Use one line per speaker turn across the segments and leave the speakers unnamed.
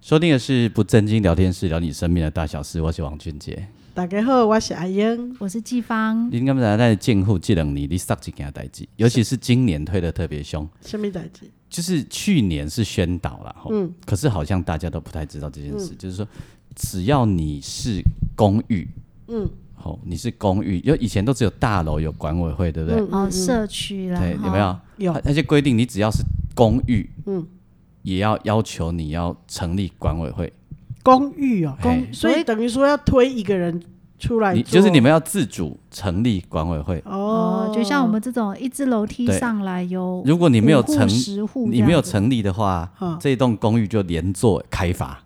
收听的是不正经聊天室，聊你身边的大小事。我是王俊杰。
大家好，我是阿英。
我是季芳，
你刚才在健护技能你你上几件代志，尤其是今年推的特别凶，
什么代志？
就是去年是宣导了，吼
嗯
可是好像大家都不太知道这件事，就是说只要你是公寓，
嗯，
吼，你是公寓，因为以前都只有大楼有管委会，对不对？
嗯
哦，社区啦，
对，
哈
有没有？
有
它它就规定你只要是公寓，
嗯
也要要求你要成立管委会，
公寓哦，
嘿
寓
所以等于说要推一个人出来
哎你
做，
就是你们要自主成立管委会。
哦
哦，，就像我们这种一只楼梯
对
上来有
如果你没有
五户
成，
十户这
你
样
没有
子
成立的话，
嗯
这栋公寓就连坐开罚，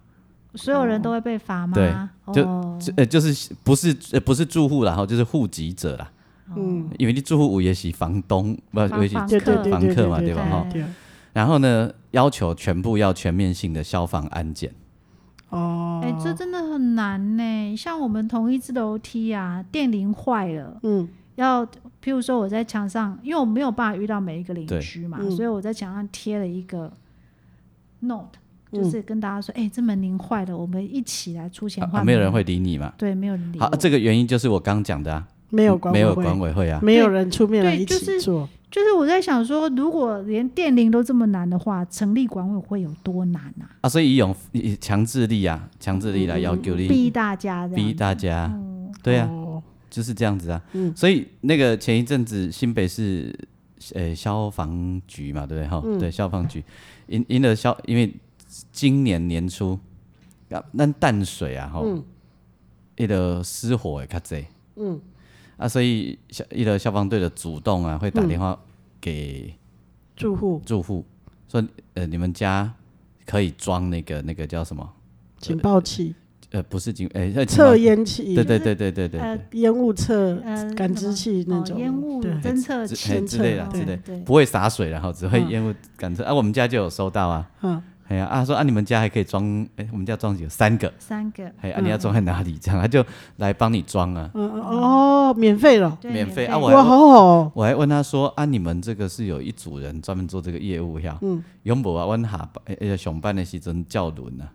所有人都会被罚吗？
对就
哦
这呃就是不是呃不是住户啦，然后就是户籍者啦，
哦
嗯，
因为你住户五也是房东不
房
也是
房
对对
客
对
房
对
客嘛
对
对吧
哈
对对
然后呢要求全部要全面性的消防安检，
哦，
哎，这真的很难呢。像我们同一只楼梯啊，电铃坏了，
嗯
要譬如说我在墙上，因为我没有办法遇到每一个邻居嘛
对，嗯
所以我在墙上贴了一个 note，
嗯
就是跟大家说，哎，这门铃坏了，我们一起来出钱
啊啊
换。
没有人，会理你嘛。
对，没有人理
好，
我。
啊这个原因就是我刚讲的啊，
没有管
没有
委会嗯
管委会啊，
没有人出面来一
对就
起
是
做，
就是我在想说，如果连电铃都这么难的话，成立管委会有多难啊？
啊，所以以用以强制力啊，强制力来要
嗯
求
逼
你
大家这样嗯
逼大家，对啊，
哦
就是这样子啊。
嗯
所以那个前一阵子新北市呃消防局嘛，对不对？哈、
嗯
对消防局因因了消，因为今年年初啊，那淡水啊，吼、
嗯
一个失火的较济
嗯
啊，所以消一个消防队的主动啊，会打电话
嗯
给
住户
住户、说，呃，你们家可以装那个那个叫什么？
警报器、
呃，不是警，哎、呃，
测
验，
烟器、
对对对对对对
呃
对
烟雾测
呃
感知器那
哦
种
烟雾
对啊
侦测
之
器
哎之类的
哦
之类
对，
不会洒水啦，然后只会
嗯
烟雾感测、啊，我们家就有收到啊。
嗯，
哎呀啊，说啊，你们家还可以装，哎、我们家装几个？三个。
三个
哎、啊，你要装在哪里？这样他就来帮你装啊，
嗯嗯哦，免费了，
对
免费啊我
哇，好好哦，
我还问他说啊，你们这个是有一组人专门做这个业务呀？
嗯，
有无啊？阮下班诶诶，上班的时阵叫轮啊，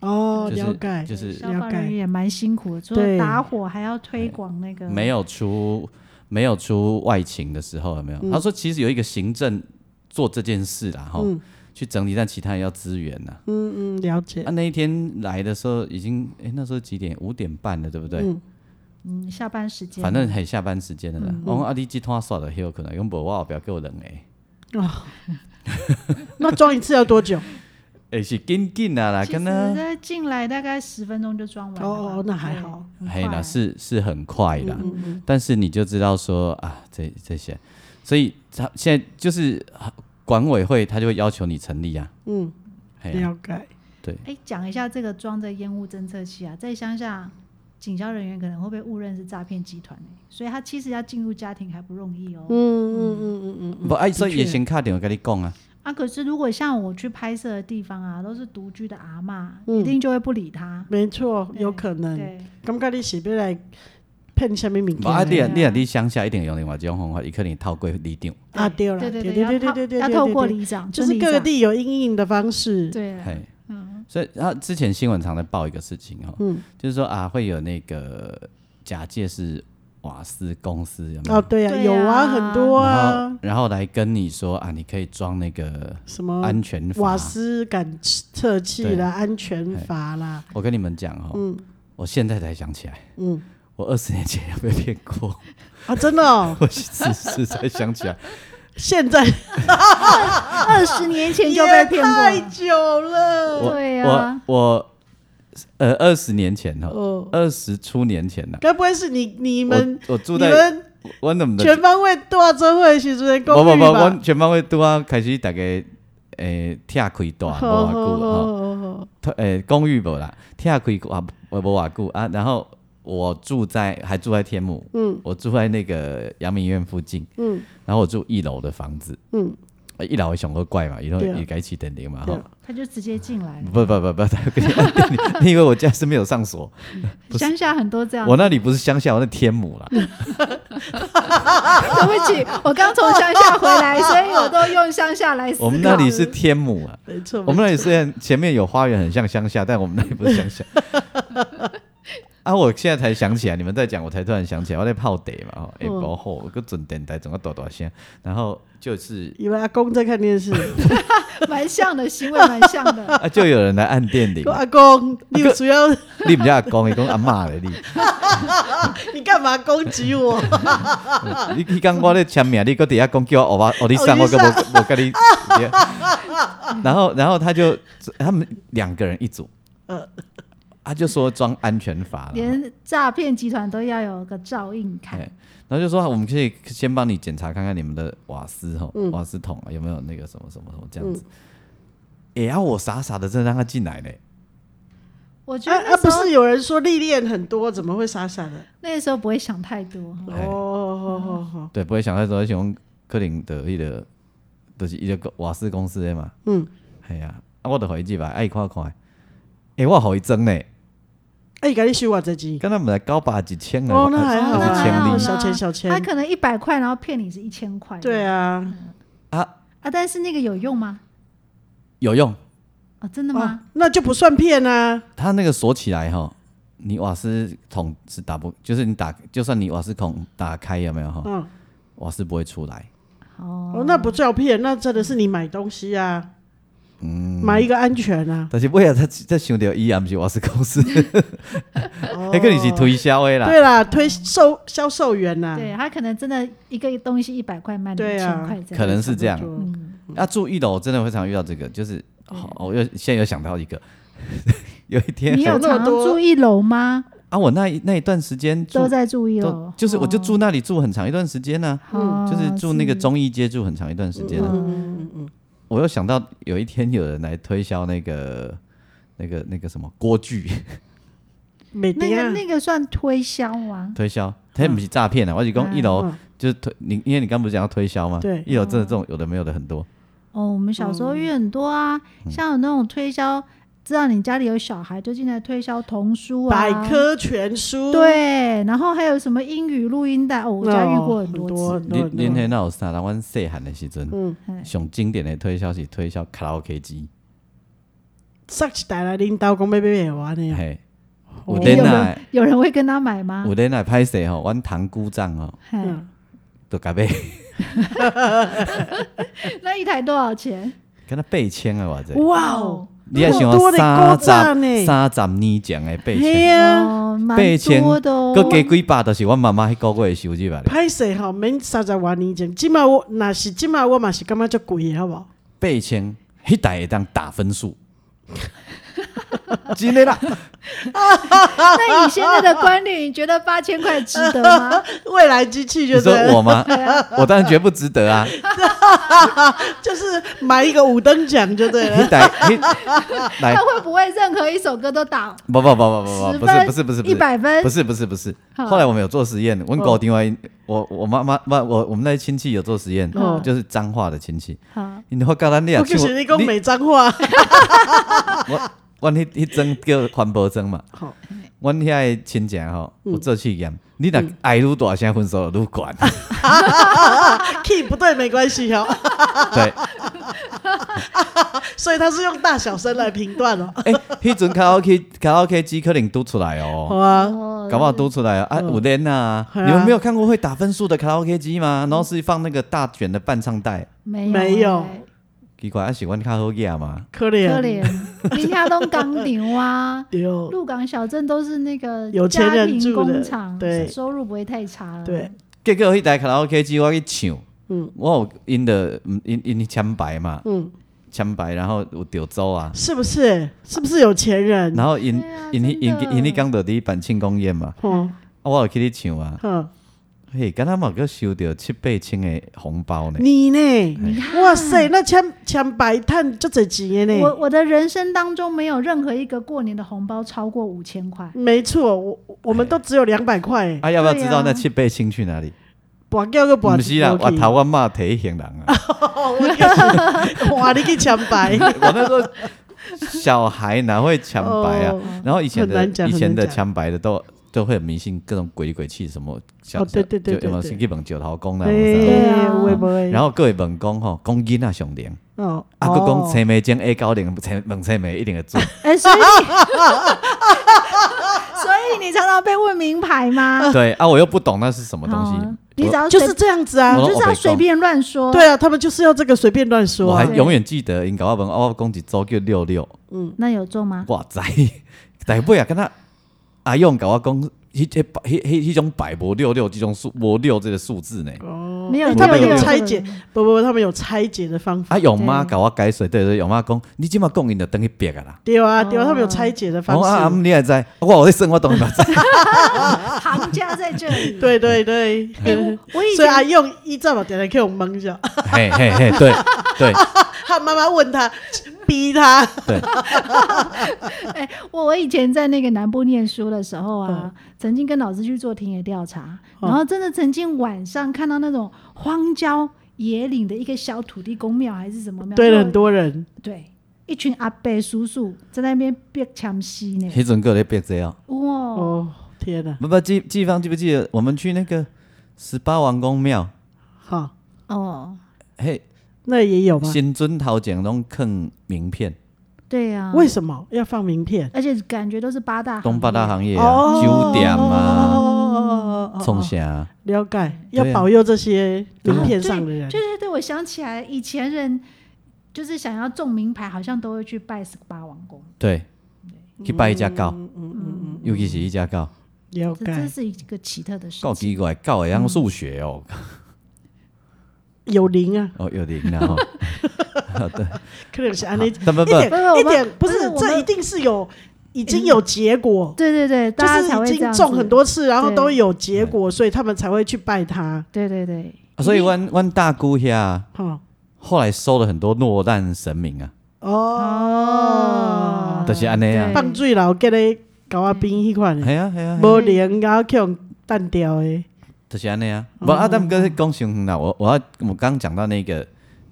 哦，
就是
了解，
就是
消防人员也蛮辛苦的，除
对
了打火还要推广那个
没有出没有出外勤的时候有没有？
嗯
他说其实有一个行政做这件事啦，哈、
嗯
去整理，但其他人要支援呐、
嗯嗯，了解
啊，，那一天来的时候已经诶，那时候几点？五点半了，对不对？
嗯
嗯下班时间，嗯
反正很下班时间了啦。我讲啊，你这摊煞的休困啊，用无我后壁叫人诶。
啊，那装一次要多久？
诶，是紧紧啊啦，
其实
跟那
在进来大概十分钟就装完了吧，
哦哦那还好
对，
嘿
很快
啦，是是很快啦。
嗯嗯
但是你就知道说啊，这这些，所以他现在就是啊管委会，他就会要求你成立啊。
嗯，
哎呀、
了解，
对，
哎，讲一下这个装着烟雾侦测器啊，在乡下，警消人员可能会被误认是诈骗集团、欸、所以他其实要进入家庭还不容易哦。
嗯嗯嗯嗯嗯，
不，哎、所以
的
也
确
先打电话跟你讲啊，
啊，可是如果像我去拍摄的地方啊，都是独居的阿嬷，
嗯
一定就会不理他。
没错，
对
有可能，
对，
感觉你是要来骗什么物
不，啊，
件
你
对
也
啊
你也你乡下一定有另外一种方法，伊可能透过里长，
啊？对了，
对
对
对，
对
要
对
透
对对，
要
对
透过，
对
里长，
对就
村
是
里
各
长
地有应应的方式，
对啊，
嘿，
嗯，
所以啊，之前新闻常在报一个事情哦，
嗯，
就是说啊，会有那个假借是瓦斯公司有没有？
哦，对啊，
对啊
有啊，很多
然后
啊，
然后来跟你说啊，你可以装那个
什么
安全阀。
哦瓦斯感测器啦，安全
哎
阀啦，
我跟你们讲哦，
嗯
我现在才想起来，
嗯，
我二十年前有被骗过。
啊，真的哦，
我只是才想起来，
现在
二十年前就被骗
也
过
太。久了。
我
对啊
我我呃二十年前哦，
哦，
二十出年前了。
该不会是你你们
我我住
你
在
们
我怎么的？
全方位大周会时阵
不不
公寓哦
不，我
吧？
呃全班会拄啊开始大概诶拆开大无
好
偌久
好
吼，
好
诶、公寓无啦，拆开啊无无偌久啊，然后我住在还住在天母，嗯，我住在那个阳明医院附近，嗯，然后我住一楼的房子，
嗯
呃一楼会上个怪嘛，一楼
对啊
也该起电铃嘛
对
吼
啊。
他就直接进来了。
不不不不，你以为我家是没有上锁？不是
乡下很多这样，
我那里不是乡下，我那天母 啦。
对不起，我刚从乡下回来，所以我都用乡下来思考。
我们那里是天母啊，
没错，
我们那里虽然前面有花园，很像乡下，但我们那里不是乡下。啊！我现在才想起来，你们在讲，我才突然想起来，我在泡茶嘛，吼、
嗯
哎，包后我个准电台总个大大声，然后就是
以为阿公在看电视，
蛮像的，行为蛮像 的。
啊，就有人来按 电铃
说，阿公， 你有主要
你们家阿公伊讲阿嬷咧，你
你干嘛攻击 我？啊
你你讲我咧签名，你搁底下讲叫我欧巴欧弟上，我个无无跟你，然后然后他就他们两个人一组，
呃
他就说装安全阀了，
连诈骗集团都要有个照应看
哎，然后就说我们可以先帮你检查看看你们的瓦斯吼、
嗯
瓦斯桶啊有没有那个什么什么什么这样子。
嗯
也要、啊我傻傻的真的让他进来嘞，
我觉
啊
得
啊，
那时
不
候、
是有人说历练很多，怎么会傻傻的？
那时候不会想太多，
哦，
哎
好好好，
对，不会想太多，而且用克林的迄个，就是伊个瓦斯公司的嘛，
嗯，
系啊，啊我就互伊入来，爱看看，诶、我互伊装嘞，
哎，你赶紧收我这集。
刚才本来高八一千啊，
哦，那还好
我
那啊
一
啦，
还
千
好
零
啦
小钱小
他
钱，
可能一百块，然后骗你是一千块。
对
啊，
啊，
但是那个有用吗？
有用，
哦，真的
哦
吗？，
那就不算骗啊。
它那个锁起来哈，你瓦斯桶是打不，就是你打，就算你瓦斯桶打开有没有哈，
嗯，
瓦斯不会出来。
哦，
哦，那不叫骗，那真的是你买东西啊，买一个安全啊。
但是尾啊，他他想到伊也毋是我是 公司，
那
迄个是推销的啦。
哦哎对啦，推售销售员啊呐，
对他可能真的一个东西一百块卖你一
对啊
千块这样，
可能是这样
差不多
嗯，
啊，住一楼真的会常遇到这个，就是好，
嗯
我又现在又想到一个， 有一天
你有
想那么
常
多
住一楼吗？
啊，我那一那一段时间住
都在住一楼
都，就是我就住那里住很长一段时间呢，
哦，
就是住那个中义街住很长一段时间啊。
嗯嗯
我又想到有一天有人来推销那个那个那个什么锅具
嗯，每
那
啊
个
天
那个算推销吗？
推销，他不是诈骗啊，我是讲一楼
嗯
就是推你，因为你刚不是讲要推销吗？
对嗯
一楼真的这种有的没有的很多。
哦，我们小时候遇很多啊，
嗯
像有那种推销，知道你家里有小孩就进来推销童书啊，
百科全书，
对，然后还有什么英语录音带，哦，
哦，
我家遇过
很
很多
多
次。
啊很多
恁
很
恁
多
迄那有啥？人阮细汉的时阵，
嗯，
嘿
上经典的推销是推销卡拉 OK 机，
塞起带来领导讲要买买完呢，
嘿，
哦
哎
有
有
恁
人
来
有人会跟他买吗？
有恁来歹势吼，阮堂姑丈吼
嘿
嗯
都甲 买，
那一台多少钱？
敢若八千啊，偌济。
哇哦，
你还想
那么多的
哦
古早
三
呢
十三十年前的八
嘿啊
千，
呀，
哦，蛮
八千
多的哦。
搁加几百，就是阮妈妈迄个月的收入啊吧。
拍摄吼免三十万年前，即码我若是即码我嘛是感觉足贵的，好不好？
八千，迄台会当打分 数。真的啦，
那你现在的观点，你觉得八千块值得吗？
未来机器
你
就是
说我吗？我当然绝不值得 啊！
就是买一个五等奖就 对了，
迄台迄来
他，会不会任何一首歌都打
不不不不不
十
不，不
分？
是不是不是不
一
是。
百分
不？是不是不是，
好
后来我们有做实验，温狗另外我我妈妈不我我们那亲戚有做实验
哦，
就是彰化的亲戚，
好，
你发觉咱你也
我就是你讲
你
美脏 话，
阮迄迄针叫环保针嘛，
好，
阮遐的亲戚吼，有做试验，你若爱愈大声分数就愈悬，
key 不对没关系哦，
对，
所以他是用大小声来评断哦，
诶，迄阵卡拉 OK 卡拉 OK 机可能嘟出来哦
好。啊，
哦
搞不好嘟出来哦啊！
嗯
五连呐，
对啊
你们没有看过会打分数的卡拉 OK 机吗？然后是放那个大卷的伴唱带，
没有
没有
欸
奇怪，啊喜欢卡拉 OK 嘛？
可
可
怜，
怜，林家东港牛啊，
对哦，
鹿港小镇都是那个
有钱
家
人
庭
住的
工厂，
对
收入不会太差了。
对，
结果迄台卡拉 OK 机我去唱，
嗯
我有因的因因签牌嘛，
嗯，
签牌然后有潮州啊，
是不是？是不是有钱人？
然后因
对啊真
因
的
因因因迄讲到伫办庆功宴嘛，
哦，
啊我有去咧唱啊，
哼，
嘿，敢若嘛个收到七八千的红包呢，哎
你呢？
你看，
哇塞，那千千百探就这钱的
啊我
呢？
我的人生当中没有任何一个过年的红包超过五千块，
没错，我我们都只有两百块耶，
啊，要不要知道
对
那
啊
七八千去哪里？
跋叫个跋
不是啦，我头我妈提一行人啊，
哇，你去千 百，
我那时候小孩哪会抢白啊？
哦
然后以前
很
的
难讲
以
很
前的
难讲
抢白的都都会很迷信各种鬼鬼气什么，像
哦对对对
就有没有
对对
去问九头公啦，有啥
对
啊
啊，会不会？
然后各位问讲吼，讲囡仔上灵，
哦，
啊，佮
哦
讲青梅精 A 九零，青问青梅一定会 准。
哎、所以 所以你常常被问名牌 吗？
对啊，我又不懂那是什么东
啊
哦
西，哦
你只
我
要
就是这样子
随
啊
我，
你就是要随便乱说，
对啊，他们就是要这个随便乱
哦我
说
还
啊，
对
永远记得，因甲我问啊我讲一组叫六六，
那有中吗？
哇塞，但尾啊，敢若阿勇甲我讲，迄迄迄迄迄种百无六六这种数，无六这个数字呢。
哦
没有
哎
中，
他们
没
有
中
拆解，不不不，他们有拆解的方法，
啊，勇妈甲我解释，对对，勇妈讲，你即马讲因就等于别啊啦。
对啊对啊，
哦
他们有拆解的
我
方
说啊，啊
式，
你也知，我有在算我当然嘛知。
行家在这里。
对对对，
哎我我以
所以啊
前
阿用依照嘛，点点给我蒙一下，
嘿嘿嘿，对对
他妈妈问他，逼他，
对，
哎、我我以前在那个南部念书的时候啊，曾经跟老师去做田野调查，
嗯
然后真的曾经晚上看到那种荒郊野岭的一个小土地公庙还是什么庙，
对了
就
很多人，
对，一群阿伯叔叔在那边别抢戏呢，
迄阵个咧别这样。
哇、
哦，天哪，
不不，季季芳记不记得我们去那个十八王公庙？
好，
哦，
嘿，
那也有吗？
新尊头前拢坑名片，
对呀、啊，
为啊什么要放名片？
而且感觉都是八大行
东八大
业
行业啊，酒店啊，
哦，
冲啥啊？
了解，要
对啊
保佑这些名片上的
对
人
对对对，我想起来，以前人就是想要中名牌，好像都会去拜十八王公，
对，去拜一只狗，
嗯
尤其是一只狗，
了
这这
解，
是一个奇特的事
够
情。
奇怪，狗会晓数学哦，
有灵啊，
哦有灵了吼。
可能是 安尼一
不不不，
点
不是我们
一点，不
不
是
是我
这
们
一定是有已经有结果，
对对对，
就
大家才会
是已
这
经
样
中
子
很。多次，然后
对
都有结果，所以他们才会去拜他。
对对对，
所以阮阮大姑遐
哈
后来收了很多落难神明啊，
哦，
就是安尼啊
对，嗯
放水楼给咧搞阿冰迄款的，
系啊系啊，
无灵然后去用淡掉的，
就是安尼啊。
哦
不啊，但哥讲伤远啦，我我要我们刚刚讲到那个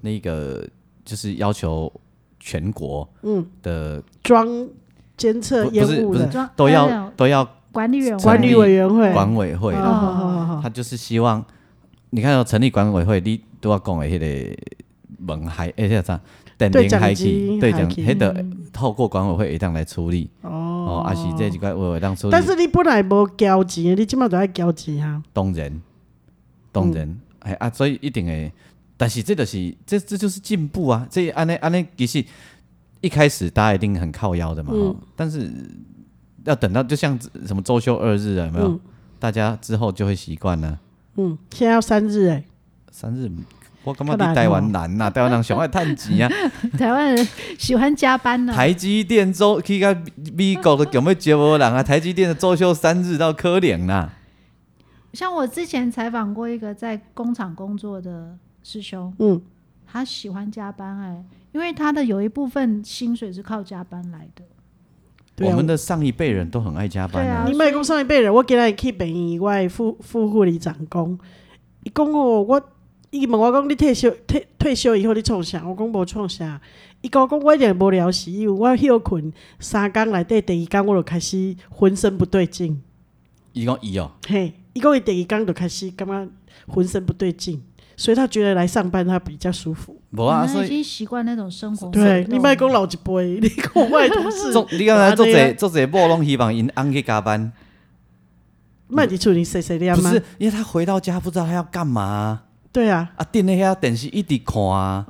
那个就是要求全国
嗯
的
装监测
不不是
烟雾
不是
的
装
都
哎呦
要都要
管理员
成
管
立
理委员会，
管委会
哦
啦，
好好好
他就是希望你看到成立管委会，你都要讲的迄个门海，而且啥电
对
铃
讲
海
机
去对讲，
海去
迄个透过管委会会当来处理哦
哦，
啊是这一块会当处理
但，是你本来无交钱的，你即马就要交钱啊。
当然当然，哎啊，所以一定会，但是这就是这这就是进步啊，这安尼安尼其实一开始大家一定很靠腰的嘛，吼但是要等到就像什么周休二日啊，有没有？大家之后就会习惯了。
嗯，现在要三日哎、
三日，我感觉你台湾难呐、台湾人上爱趁钱啊，
台湾人喜欢加班呢、
台积电周去到美国都根本绝无人啊，台积电的周休三日到可怜啊呐、
像我之前采访过一个在工厂工作的师兄，
嗯，
他喜欢加班哎、因为他的有一部分薪水是靠加班来的。
对啊
我们的上一辈人都很爱加班啊，
你莫讲上一辈人，我今日去病院，我的副副护理长讲，伊讲哦，我伊问我讲，你退休退退休以后你创啥？我讲无创啥。伊讲讲我一点无聊死，因为我休困三工内底，第二工我就开始浑身不对劲。
伊讲伊哦，
嘿，伊讲伊第二工就开始感觉浑身不对劲，所以他觉得来上班他比较舒服。
无啊，
可能
所
已
以
经习惯那种生活活动了。
对，你莫讲老一辈，你讲我的同事，
做你刚
啊
才做者做者某拢希望因翁去加班，
莫伫厝里洗洗念
不
吗？
是因为他回到家不知道他要干嘛啊，
对啊，
啊订那遐电视一直看啊，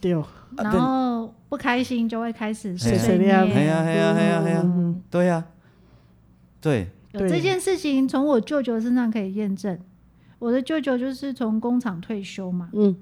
对哦。
然后不开心就会开始
嘿
碎
啊
碎
嗯
哎
念。
呀哎呀哎呀哎呀，对呀、啊，对，
有
对
这件事情从我舅舅身上可以验证。我的舅舅就是从工厂退休嘛，
嗯，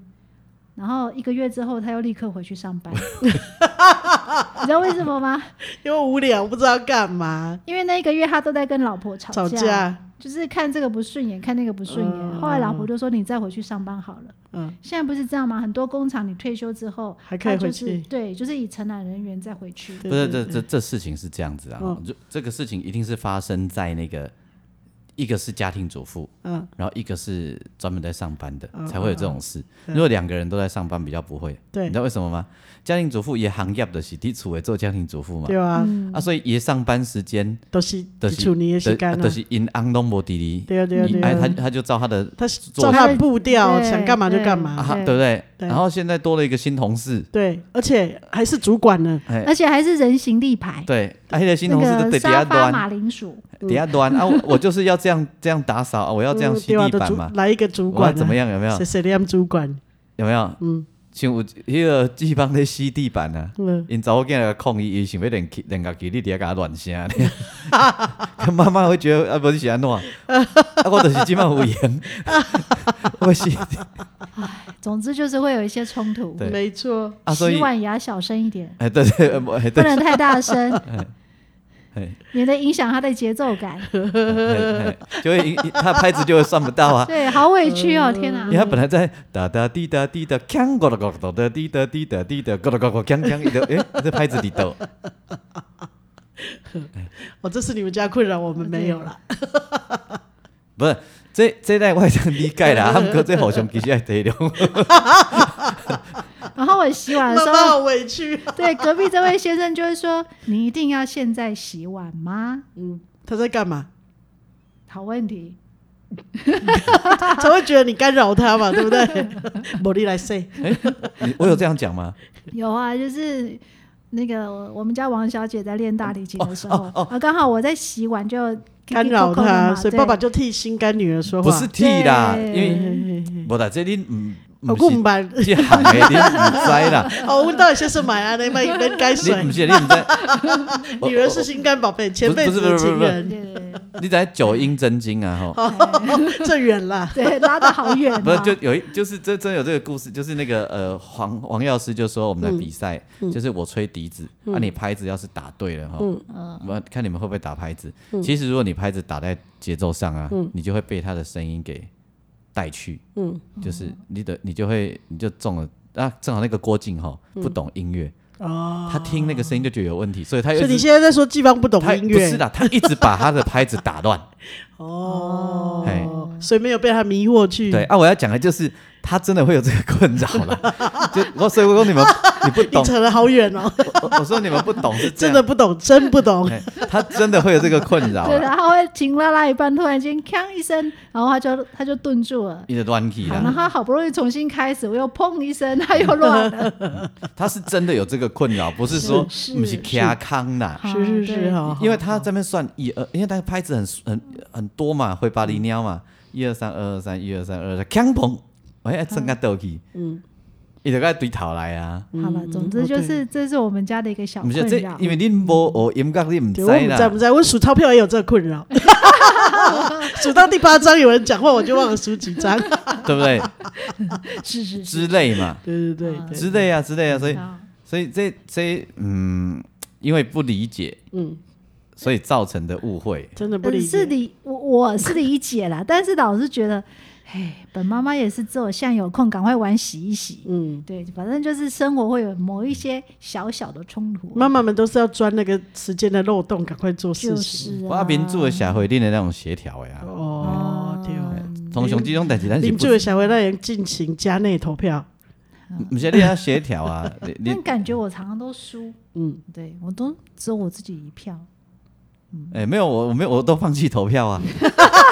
然后一个月之后他又立刻回去上班。 你知道为什么吗？
因为无聊，不知道干嘛，
因为那一个月他都在跟老婆吵
吵架，
就是看这个不顺眼，看那个不顺眼。后来老婆就说：“你再回去上班好了。”
嗯，
现在不是这样吗？很多工厂你退休之后，
还可以
他就
回
是
去
对，就是以承揽人员再回去。
对
不是
对
这这这事情是这样子啊，
嗯
就这个事情一定是发生在那个一个是家庭主妇，
嗯，
然后一个是专门在上班的，
嗯
才会有这种事。
嗯
如果两个人都在上班，比较不会。
对
你知道为什么吗？家庭主妇也行业的是地处为做家庭主妇嘛，
对啊，
啊，所以也上班时间
都是
就是
处理的时间
的，
啊
就，是因安东摩迪里，
对啊对啊
你
对
哎，
啊，
他他就照他的，
他
做
照他的
事
步调，
对
想干嘛就干嘛
嗯
啊，
对。
对不对？
对
然后现在多了一个新同事，
对，而且还是主管呢，
哎，
而且还是人形立牌，
对，啊，那个新
那
同事就
个
得底
沙
下
发
端，
马铃薯，
底下端啊，我我 就是要这样这样打扫啊，我要这样
嗯
吸
对啊，
地
都
板
主
嘛，
来一个主
我要
管
怎么样？有没
啊？
有
谁？谁的主管？
有没有？
嗯
像有迄个地方咧吸地板啊，
嗯，
因查某囝来抗议，伊想要连起连家己你底下甲乱声 咧，他妈妈会觉得啊，无你是安怎？啊，我就是即满 有闲， 我是
总之就是会有一些冲突。
对
没错，
啊，所
洗
以
碗也要小声一点，
哎，对对呃不哎
不
对，
能太大声，
哎
免得影响他的节奏感。
哎哎就会影他拍子就会算不到啊。
对，好委屈哦，天哪
因为！他本来在哒哒滴哒滴哒，锵咕噜咕噜哒滴哒滴哒滴哒，咕噜咕噜锵锵，一抖，哎，这拍子里抖，
哦，这是你们家困扰，我们没有啦。
不是，这这代我也通理解啦，他们哥这互相其实也体谅。
然后我洗碗的
妈
时
妈
候，
好委屈，啊
对隔壁这位先生就会说：“你一定要现在洗碗吗
嗯，他在干嘛？？”
好问题，
才会觉得你干扰他嘛，对不 对？某力来 say，
你我有这样讲吗？
有啊，就是那个我们家王小姐在练大提琴的时候，
哦哦
啊，刚好我在洗碗就
干扰
Kiki Coco 了
他，
嘛
所以
对
爸爸就替心肝女儿说
不
话。哎
是替啦，
对
因
嘿，
为
嘿嘿
无啦，这恁唔
我
唔
哦顾
是
唔办，
这行的，恁唔知啦，
哦，问到底先生买啊，那卖免改
恁
水。
唔，是恁唔知我
女人是心肝宝贝，前辈
不是
子的
不是不是
情
不
对
是
人，
对对
我你知九阴真经啊吼，
哦这远啦，
对，拉的好远、啊，
不是就有一就是这真有这个故事，就是那个呃黄黄药师就说我们来比赛，
嗯
就是我吹笛子，那你拍子要是打对了哈，
嗯
我看你们会不会打拍子。
嗯
其实如果你拍子打在节奏上啊，你就会被他的声音给带去，
嗯，
就是你的你就会你就中了。啊，正好那个郭靖哈
嗯
不懂音乐，
哦，
他听那个声音就觉得有问题，所以他又
所以
一
你
直
现在在说季芳不懂
他
音
不是
乐，
啦，他一直把他的拍子打乱。
哦
嘿，
所以没有被他迷惑去。
哎对，啊，我要讲的就是他真的会有这个困扰了。 就我所以我说你们你不
你
懂，
扯得好远哦，
我我说你们不懂是
真
这样
的。不懂，真不懂。
哎他真的会有这个困 扰
对，
啊
了，
然后会停拉拉一半，突然间锵一声，然后他就他就顿住了。
一直乱起
好，然后
啦。
他好不容易重新开始，我又砰一声，他又乱了。
他是真的有这个困扰，不是说
是
不是卡康啦，
是是是，
啊
好，好
因为他这边算一二，因为那个拍子很很很多嘛，会巴黎鸟嘛，一二三二二三一二三二二，锵砰，哎，整个倒去，
嗯，
伊就该对头来啊。
对好了，
嗯
总之就是这是我们家的一个小
不
困
是这
扰，。
因为恁无学音乐，你唔
对，
知
我们在
啦
不。在？我数钞票也有这个困扰， 数到第八张有人讲话，我就忘了数几 张。
对不对？
是是是，
之类嘛，
对对对对，嗯
之类啊，之类啊，所以
啊
所以这这嗯，因为不理解，
嗯，
所以造成的误会。
真的不
呃
理
是
解。
理我我是理解啦， 但是老是觉得，哎，本妈妈也是只有现在有空，赶快碗洗一洗。
嗯，
对，反正就是生活会有某一些小小的冲突，啊
妈妈们都是要钻那个时间的漏洞，赶快做事
就
情。
是啊
我阿民主的社会，恁的那种协调的啊，
哦，对哦。
通常这种代志咱是
民
不
主，的社会让人进行家内投票，
不是你要协 调啊，你你
但感觉我常常都输，
嗯，
对我都只有我自己一票，
哎、没有我我没有我都放弃投 票啊，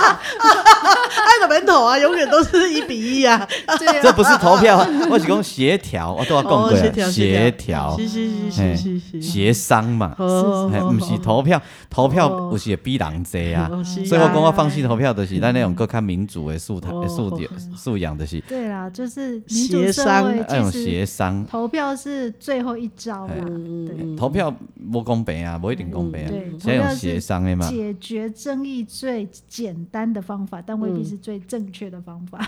爱的门头啊，永远都是一比一 啊。
对
这不是投票啊，我是讲协调，我都要讲过
哦，协
啊，
调
协
调，是
调
是是是是是，
协商嘛，
哦
哎，不是投票，投票有时会比人多啊。
哦是啊嗯
所以我讲我放弃投票的是，咱那种更看民主的素
哦哎
素素养的是，
对啦，就是民主
协
社
商
会
那种
其实
哎协商，
投票是最后一招啦，对，
嗯
投票无公平啊，无一定公平啊
嗯对，
现在有协商的嘛，
解决争议最简单的方法，但未必是最正确的方法。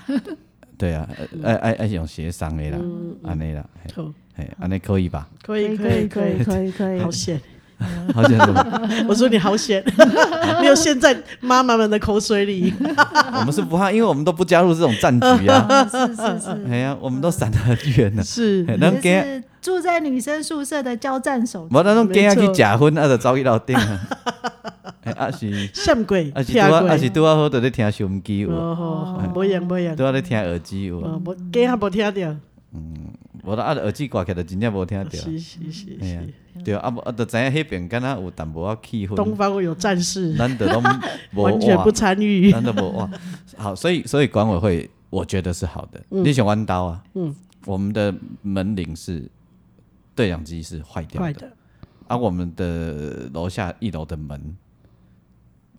对啊，
嗯
爱爱爱用协商的啦，安尼啦，
好
嘿，安尼可以吧？
可以可以可以，
可以可以，
好险，
好险什么？
我说你好 险，没有陷在妈妈们的口水里。
我们是不怕，因为我们都不加入这种战 局啊。
嗯是是是，
哎呀，我们都闪得很远呢。
嗯是，
嘿咱
就
今
是住在女生宿舍的交战手
无咱拢惊
没
去
错
食薰，啊，就走去楼 顶啊。哎，啊是
像鬼，
啊是拄
骗
啊
鬼
啊是拄啊好，都咧听收音机有无，
哦哦，无用无用，
拄啊咧听耳机有无，
哦，无今下无听着，
无啦啊耳机挂起来就真正无听着。
是是是
啊哎呀
是，，
对啊，啊无啊，就知影迄边敢若有淡薄仔气
东
氛，
方我有战士，
咱就拢 无
完全
哇
不参 与。
真的不哇，好，所以所以管委会我觉得是好的。你选弯刀啊，嗯，我们的门铃是对讲机是坏掉
快
的，
的，
而、我们的楼下一楼的门，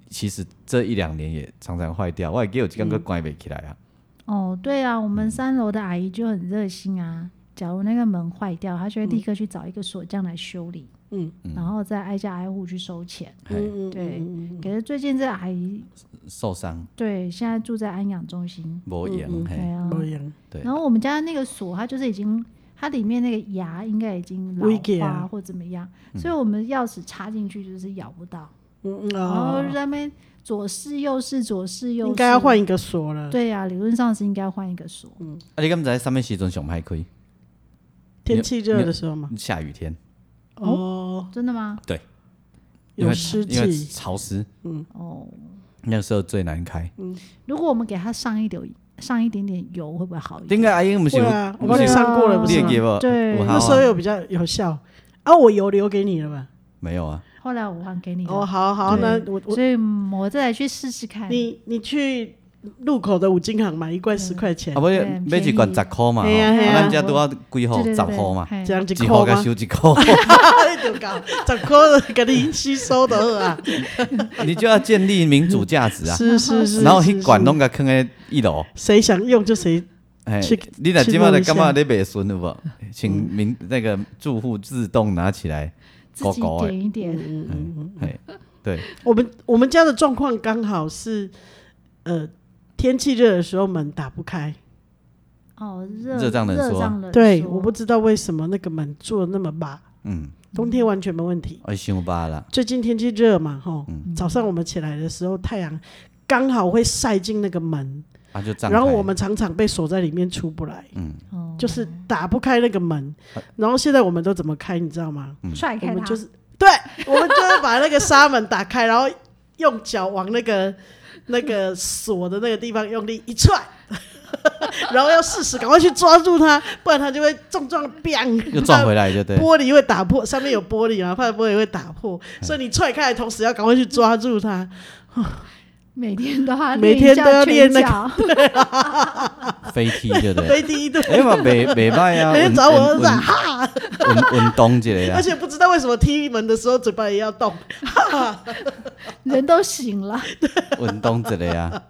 其实这一两年也常常坏掉，我也给有几个关不起来啊。
哦，对啊，我们三楼的阿姨就很热心啊。假如那个门坏掉，她就会立刻去找一个锁匠来修理，
嗯，
然后再挨家挨户去收钱。
嘿，
嗯嗯
对
嗯
可是最近这阿姨，
受伤
对，现在住在安养中心，
磨眼，
对
嘿、
嗯
啊。
无用，
哎对
然后我们家那个锁，它就是已经，它里面那个牙应该已经
危险
老
啊
化或怎么样，所以我们钥匙插进去就是咬不到，
嗯嗯
然后就
哦，
在那边左试右试，左试右试。
应该要换。嗯一个锁了。
对呀、啊，理论上是应该换一个锁。
啊，你敢不知上面时阵上歹
嗯
开？
天气热的时候嘛，
下雨天，
哦，
真的吗？
因为
有湿
因为
气，
潮湿，
嗯
哦，
那时候最难开。
如果我们给它上一点上一点点油，会不会好一
顶
点？
个阿英不是
对
有，
啊，我
不
帮
是
你
有
对
上过了不
你
是
也
吗？
给我，
对那
有好
那
啊
时候有比较有效啊，我油留给你了吧？
没有啊？
后来我还给你的，
哦，好好，那
对
我我
所以嗯我再来去试试看。
你你去路口的五金行买一罐十块钱
啊，，不是
对
买一罐十箍嘛，吼
便宜嘿啊嘿啊
咱遮拄啊几
对
号
对
哦
十
对对
号嘛，
嘿
这样一
一
箍
号甲
吗？
收一箍，
你 就搞，十块给你吸收的好 啊。
你就要建立民主价值啊。
是是是。
然后
是
迄罐，拢甲囥咧一楼，
是谁想用就谁。
哎
去，
你若
去
即马
弄
就
一
感觉
下嗯
咧袂顺有无？请民那个住户自动拿起来，
自己
狗狗欸
点一点，
嗯
哎
嗯嗯。
哎，对，
我们我们家的状况刚好是，呃，天气热的时候门打不开。
哦，
嗯
热
热胀冷缩
胀冷
对，
缩
我不知道为什么那个门做得那么麻，
嗯，
冬天完全没问题。
我想吧啦，
最近天气热嘛，吼，
嗯
早上我们起来的时候，太阳刚好会晒进那个门，
啊就张开。
然后我们常常被锁在里面出不来，
哦
就是
嗯
打不开那个门。然后现在我们都怎么开，你知道吗？
踹
我
开它
们，就是对， 我们就是把那个纱门打开，然后用脚往那个那个锁的那个地方用力一踹， 然后要适时赶快去抓住它，不然它就会重重的 bang
又 撞回来就对，
玻璃会打破，上面有玻璃嘛，怕玻璃会打破，
嗯
所以你踹开的同时要赶快去抓住它。
每天都要
每天都要练那
个，
飞踢就对。
飞第一对，
哎嘛，袂袂 歹啊，
每天
运
找我儿子啊
运
哈，
运运动一 下
而
啊，
且不知道为什么踢门的时候嘴巴也要动，
人都醒了，
运动一下啊，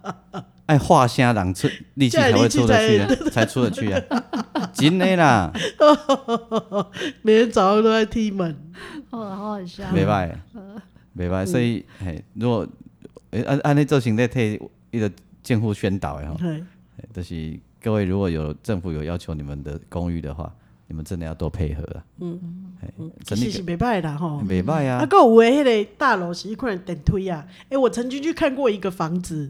爱话声人出力气才会出得去、啊， 才出得去啊，真的 啦，
每天早上都在踢门。
哦，好好笑，
袂歹，袂歹，所以嘿，如果诶按按尼做成咧替伊个政府宣导的吼，
对
嘿就是各位如果有政府有要求你们的公寓的话，你们真的要多配合啊，嗯，嘿，
其
整
实
理
是没办啦吼。
袂歹
啊，
啊，
还有诶，迄个大楼是一款电梯啊。哎、我曾经去看过一个房子，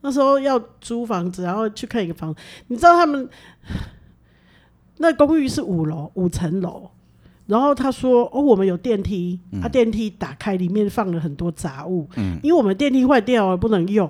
那时候要租房子，然后去看一个房子。你知道他们那公寓是五楼，五层楼。然后他说：“哦，我们有电梯，
嗯
啊，电梯打开，里面放了很多杂物，因为我们电梯坏掉了，不能用。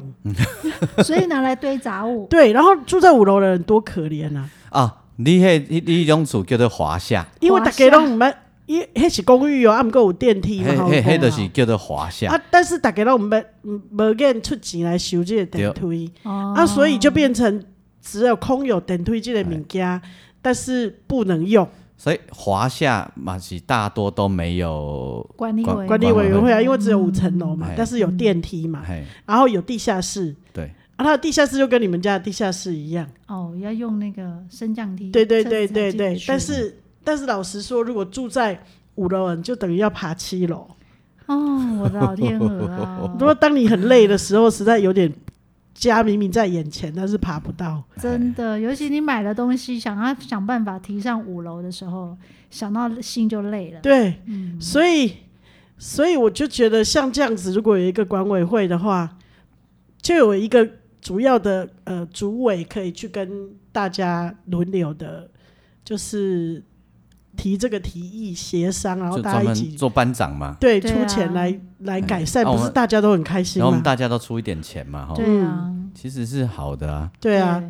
所以拿来堆杂物，
对，然后住在五楼的人多可怜啊，
啊，你迄你你迄种厝叫做华夏，
因为
华
大
夏
家都唔捌，因迄是公寓哦，啊，唔够有啊电梯
迄
嘛，
迄迄就
吼
是哦叫做华夏，
啊，但是大家都唔捌，唔无瘾出钱来修这个电梯。”
哦，
啊，所以就变成只有空有电推这个物件，但是不能用。
所以华夏嘛是大多都没有，
管理委
管理委员会哎啊，因为只有五层楼嘛
哎，
但是有电梯嘛，
嘿，
然后有地下室。
对，
啊，它的地下室就跟你们家的地下室一样。
哦，要用那个升降梯，
对对对
这
对
样才
对
进，去
但是但是老实说，如果住在五楼人，就等于要爬七楼。
哦，我的老天鹅啊
如， 果当你很累的时候，实在有点家明明在眼前，但是爬不到。
真的，尤其你买了东西，想要想办法提上五楼的时候，想到心就累了，嗯
对，所以所以我就觉得像这样子，如果有一个管委会的话，就有一个主要的呃主委可以去跟大家轮流的，就是提这个提议协商，然后
就
大
专
家一
门
起
做班长嘛，
对
对
出
啊
钱来来改善，
啊我
不
们
是大家都很开心
然后我们
吗？
大家都出一点钱嘛，哈，
对啊，
其实是好的啊，
嗯对啊，，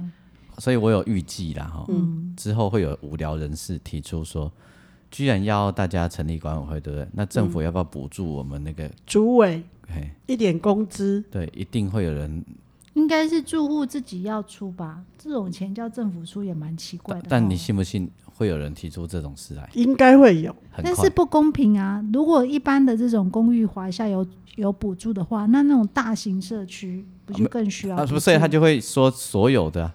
所以我有预计啦，哈，
嗯，
之后会有无聊人士提出说，居然要大家成立管委会，对不对？那政
嗯
府要不要补助我们那个？
主委
嘿，
一点工资，
对，一定会有人，
应该是住户自己要出吧，这种钱叫政府出也蛮奇怪的哦。
但但你信不信会有人提出这种事来？
应该会有。
很
但
快
是，不公平啊！如果一般的这种公寓华夏有有补助的话，那那种大型社区不就更需要补
啊，
助？
不，所以
嗯
他就会说所有的啊、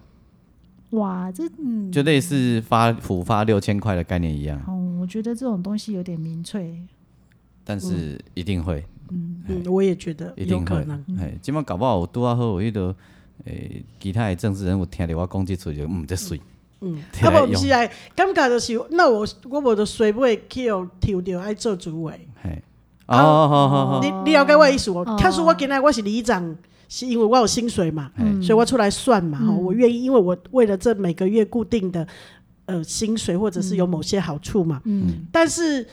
哇，这嗯，
就类似发普发六千块的概念一样，啊
哦，我觉得这种东西有点民粹。
但是一定会，
嗯，我也觉得
哎一
有
定
可
会
能。。
哎，今晚搞不好拄啊好有迄个诶，其他的政治人物听着我讲即出就嗯，这水，
嗯，
摕
啊
来
无，毋是来，感觉就是，那我我无就随尾去互抽着爱做主委。
嘿，哦，好好好好，
你你了解我的意思无？
哦
他说我今仔我是里长，是因为我有薪水嘛，
嗯
所以我出来算嘛，
嗯
吼，我愿意，因为我为了这每个月固定的呃薪水，或者是有某些好处嘛。
嗯，
但是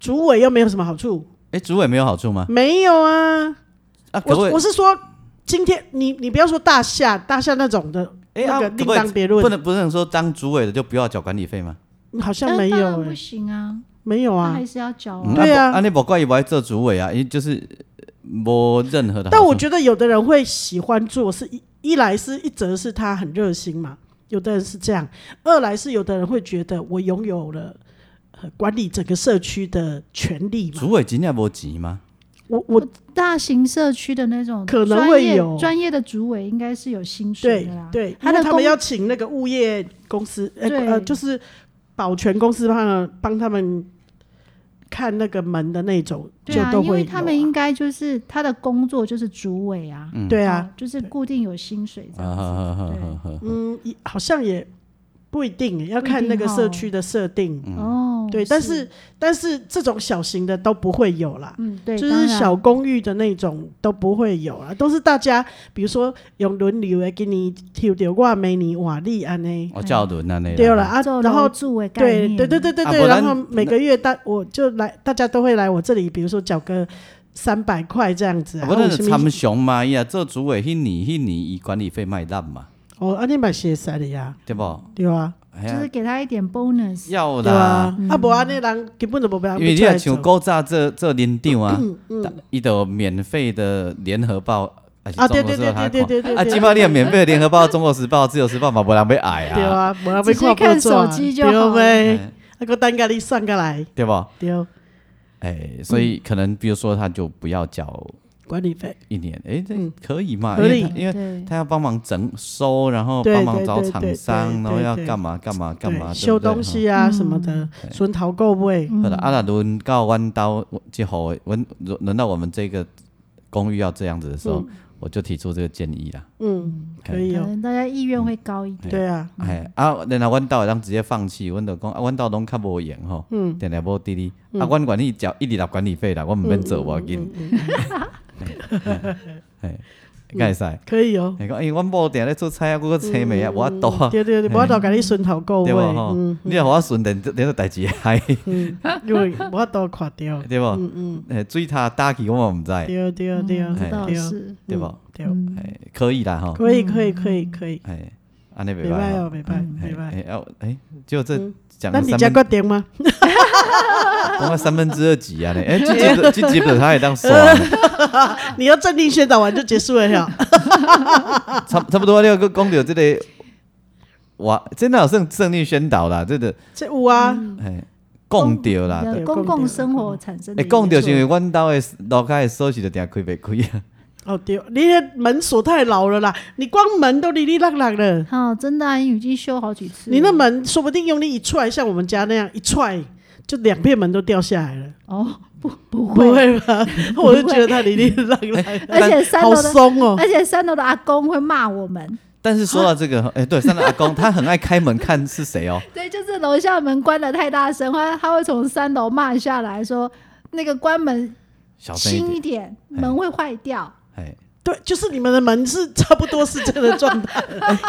主委又没有什么好处，
哎，主委没有好处吗？
没有啊。
啊，可不可
我
以
我？是说，今天你你不要说大夏大夏那种的，
哎
那
啊
个
可
另
不可以
当别论
不，能不能说当主委的就不要缴管理费吗？
好像
但
没
嗯当然
有
不
欸，
行啊，
没有
他
啊。
还是要缴啊。
嗯
对啊
啊不，你不怪伊不爱做主委啊，因为就是无任何的好处。
但我觉得有的人会喜欢做，是一一来是一则是他很热心嘛，有的人是这样；二来是有的人会觉得我拥有了、呃、管理整个社区的权利嘛。
主委真正无钱吗？
我我
大型社区的那种
可能
专
会
业
有
专业的主委应该是有薪水
对
的啦。
对，
他
因
的
为他们
工
要请那个物业公司，呃
对
呃，就是保全公司帮他们帮他们看那个门的那种，
对
就
啊，
都
因
会
为
有啊
他们应该就是他的工作就是主委啊，
对啊，
哦，就是固定有薪水这
嗯啊
样
呵呵
子。
呵
对
呵呵
嗯，也好像也不一定，欸要
不一
看那
定
个社
哦
区的设定。
嗯
哦，
对，但是但是这种小型的都不会有啦，
嗯，对，
就
当
是
然
小公寓的那种都不会有啦，都是大家比如说用轮流的给你抽掉我每年瓦力安呢，
哦，教轮啊那
对了啊，
做
然后
楼主为概
对
念，
对对对对
啊
对，
不然
然后每个月大我就来，大家都会来我这里，比如说缴个三百块这样子啊，
我
啊有
那是
什么
参详嘛，伊啊做主委迄年迄年伊管理费卖烂嘛，
哦，啊你买鞋塞的呀，
对不？
对啊，
哎
就
呀
是，给他一点 bonus。
要
对
啦
啊，，
嗯
啊不啊那人根本就不被嗯
因为你若像古早做做连长啊，伊就有免费的联合报。还是
啊
中
对
国
对
时
对
报他
对
看
对对对，
啊，
对
即摆你有免费的联合报、中国时报、自由时报嘛，无人要爱
对
啊，
啊，无人要看报纸
只是
啊
看手机就好
对呗
哎
啊，个等甲你送过来，
对不？
对，嗯
哎，所以可能比如说他就不要缴
管理费，
一年，哎，这
嗯
可以嘛？
合
因为
理
他因为
啊对
他要帮忙整收，然后
对
帮忙
对
找
对
厂
对
商，
对
然后要
对
干嘛干嘛干
对
嘛，
修东
西。
西啊什么的，顺头购买，
好的，阿拉轮到弯刀之后，轮轮到我们这个公寓要这样子的时候，我就提出这个建议啦。
嗯，可以
可
哦，
能大家意愿会高一点。
对啊，
哎，啊，然后弯刀让直接放弃，阮就讲啊，阮刀拢较无用吼，定定无滴滴，啊，阮管理缴一二六管理费啦，我毋免做无要紧。 哎，该使。
可以哦，
你讲，哎，阮某定咧做菜啊，我个车尾啊，无法度啊，
对对对，我都甲你顺头购
对
买，
无吼
嗯，？
你若互我顺电电个代志，哎，
嗯因为我都看到，
对无？嗯嗯。哎，水塔打起我嘛毋知，
对对对
嗯这倒
哎
对
是。
对无？
对，
哎，可以啦吼。
可以可以可以可以，
哎，安尼
袂歹
袂歹
哦，
吼。
袂歹袂歹，
哎哎哦哎，就这讲
咱
了
你
三
家
分，
决定吗？
讲了三分之二 集啊嘞，哎，这集的这集的他也当爽啊，
你要镇定宣导完就结束了呀？
差差不多了个讲到这个，哇，真的算胜利宣导啦，这个
这有啊，
哎，讲到啦，
你的
对
公
讲到
共生活产生的
哎，
因素。
讲到是因为阮兜的楼骹的锁匙就定开袂开啊，
哦对，你的门锁太老了啦，你光门都哩哩啦啦了。
好，真的啊，你已经修好几次了。
你那门说不定用力一踹，像我们家那样一踹，就两片门都掉下来了，
哦，不不
不
会，
会吧？我就觉得它里里浪浪，
而且三
好
楼的，哎
松哦、
而且三楼的阿公会骂我们。
但是说到这
啊
个，哎，对，三个阿公他很爱开门看是谁 哦，
对，就是楼下门关的太大声，他他会从三楼骂下来说，那个关门
小声一
轻一
点，
点，
嘿
门会坏掉。
哎，
对，就是你们的门是差不多是这个状 态，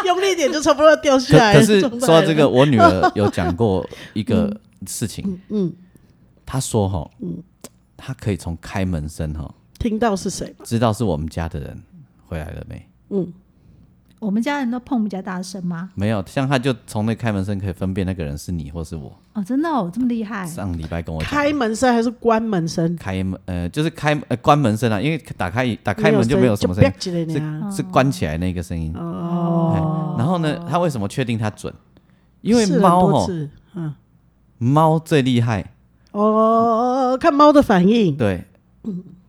用力一点就差不多要掉下
可
来
可
的
是
状态
说到这
了
个，，我女儿有讲过一个事情，
嗯嗯，
她说哈，她可以从开门声哈
听到是谁吗？
知道是我们家的人回来了没。
嗯，
我们家人都碰比较大声吗？
没有，像她就从那开门声可以分辨那个人是你或是我。
哦，真的哦，这么厉害，
上礼拜跟我讲
哎开门声还是关门声？
开门，呃，就是开呃关门声啊，因为打开打开门就没有什么声
声
音
音，，就啪一下尔啊
是关起来那个声音。
哦，
哎然后呢，他为什么确定它准？因为
试了
猫
很多
吼，
次嗯，
猫最厉害，
哦，看猫的反应，
对，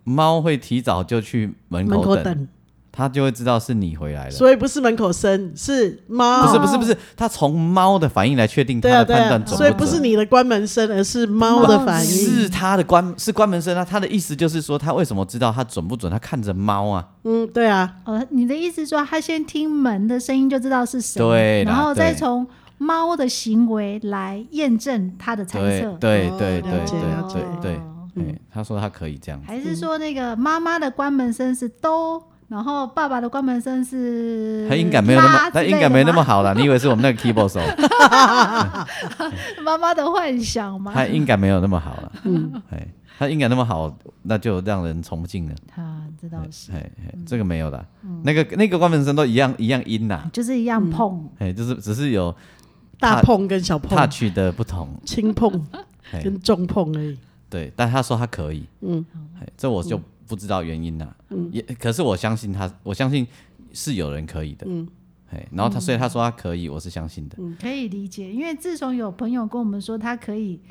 猫会提早就去门
嗯门
口
口
等，哎
等，
它就会知道是你回来了。
所以不是门口声，是猫，
不是不是不是，它从猫的反应来确定它
对啊
的
哦对
判断
啊，
准
所以不
不
是
准。
你的关门声，而是猫的反应。
是它的关是关门声啊，它的意思就是说，它为什么知道它准不准？它看着猫啊，
嗯，对啊，
哦，你的意思说他先听门的声音就知道是谁，
对啦
然后再
对
从猫的行为来验证他的猜
对
测。
对
哦
对对
了解了
对对对
哦，
哎，他说他可以这样子，
还是说那个妈妈的关门声是咚，然后爸爸的关门声是
他音感没有那
啦
么，
嗯之
他
类
音
的
感没那
吗
么好啦。你以为是我们那个 keyboard 手？
妈妈的幻想吗？
他音感没有那么好了，嗯，哎，他音感那么好，那就让人崇敬了，
啊，这倒是，
哎，哎这个没有啦，那个那个关门声都一样一样音呐，
就是一样碰。
哎，就是只是有
大碰跟小碰，
touch 的不同，
轻碰
哎，
跟重碰而已。
对，但他说他可以，
嗯
哎，这我就不知道原因啦，也可是我相信他，我相信是有人可以的，
嗯
哎，然后他所以他说他可以，我是相信的，
可以理解，因为自从有朋友跟我们说他可以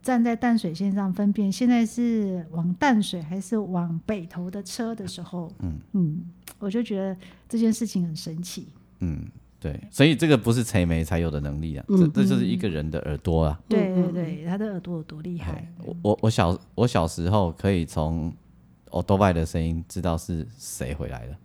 站在淡水线上分辨现在是往淡水还是往北投的车的时候，嗯我就觉得这件事情很神奇。
嗯，对，所以这个不是采梅才有的能力啊，这
嗯
这就是一个人的耳朵啊。
对对对，他的耳朵有多厉害
哎，我我我小我小时候可以从 o d o b i 的声音知道是谁回来了。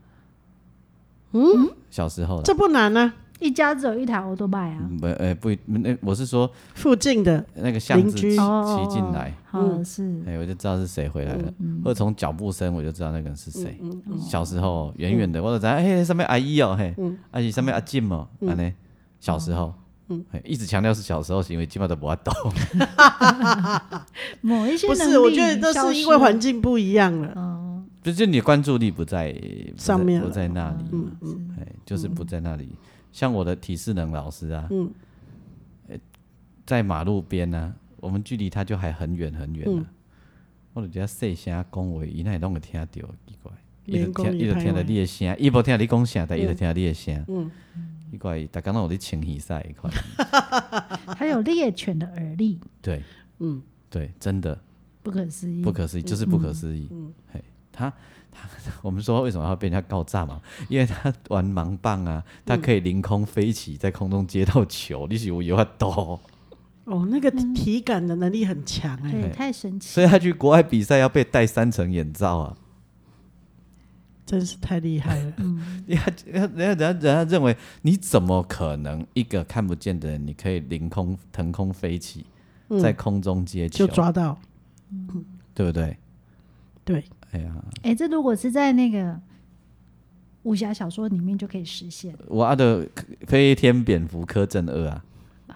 嗯，小时候啦
这不难啊，
一家只有一台欧多拜啊。
嗯不呃不一那我是说
附近的
那个巷子
邻
骑
居
哦
骑进来，
好是
哎我就知道是谁回来了，或者从脚步声我就知道那个人是谁。小时候远远的我就知道，哎上面阿姨哦嘿，阿姨上面阿进哦，安尼小时候。哎一直强调是小时候，是因为基本都不爱 懂。
某一些
不
能
是，
力
我觉得
消
这是
失哦
因为
了
环境不一样了。
就就你的关注力不在不在
上面
不
了
在那里，
嗯
哎，就是不在那里。像我的体适能老师啊，嗯，在马路边呢、我们距离他就还很远很远啊。我就觉得细声讲话，伊那会拢会听到，奇怪，伊就
免讲
听
伊
伊就听到
歹话
你的声，伊无听到你讲啥，但伊就听到你的声。嗯，奇怪，大家拢有咧清洗赛一块，
还有猎犬的耳力，
对，
嗯，
对，真的。
不可思议
不。可思议，就是不可思议。嗯，嘿，他他 我们说为什么要被人家告炸嘛？ 因为他玩盲棒啊，他可以凌空飞起，在空中接到球， 你是有有法多。
哦，那个体感的能力很强哎、
嗯对，太神奇
所以他啊去国外比赛要被戴三层眼罩啊，
真是太厉害了。
嗯
因为他人家人家人家认为你怎么可能一个看不见的人，你可以凌空腾空飞起，在空中接球
就，抓到，
对不对？
对，
哎呀，
哎、这如果是在那个武侠小说里面就可以实现。
我阿的飞天蝙蝠科正二啊，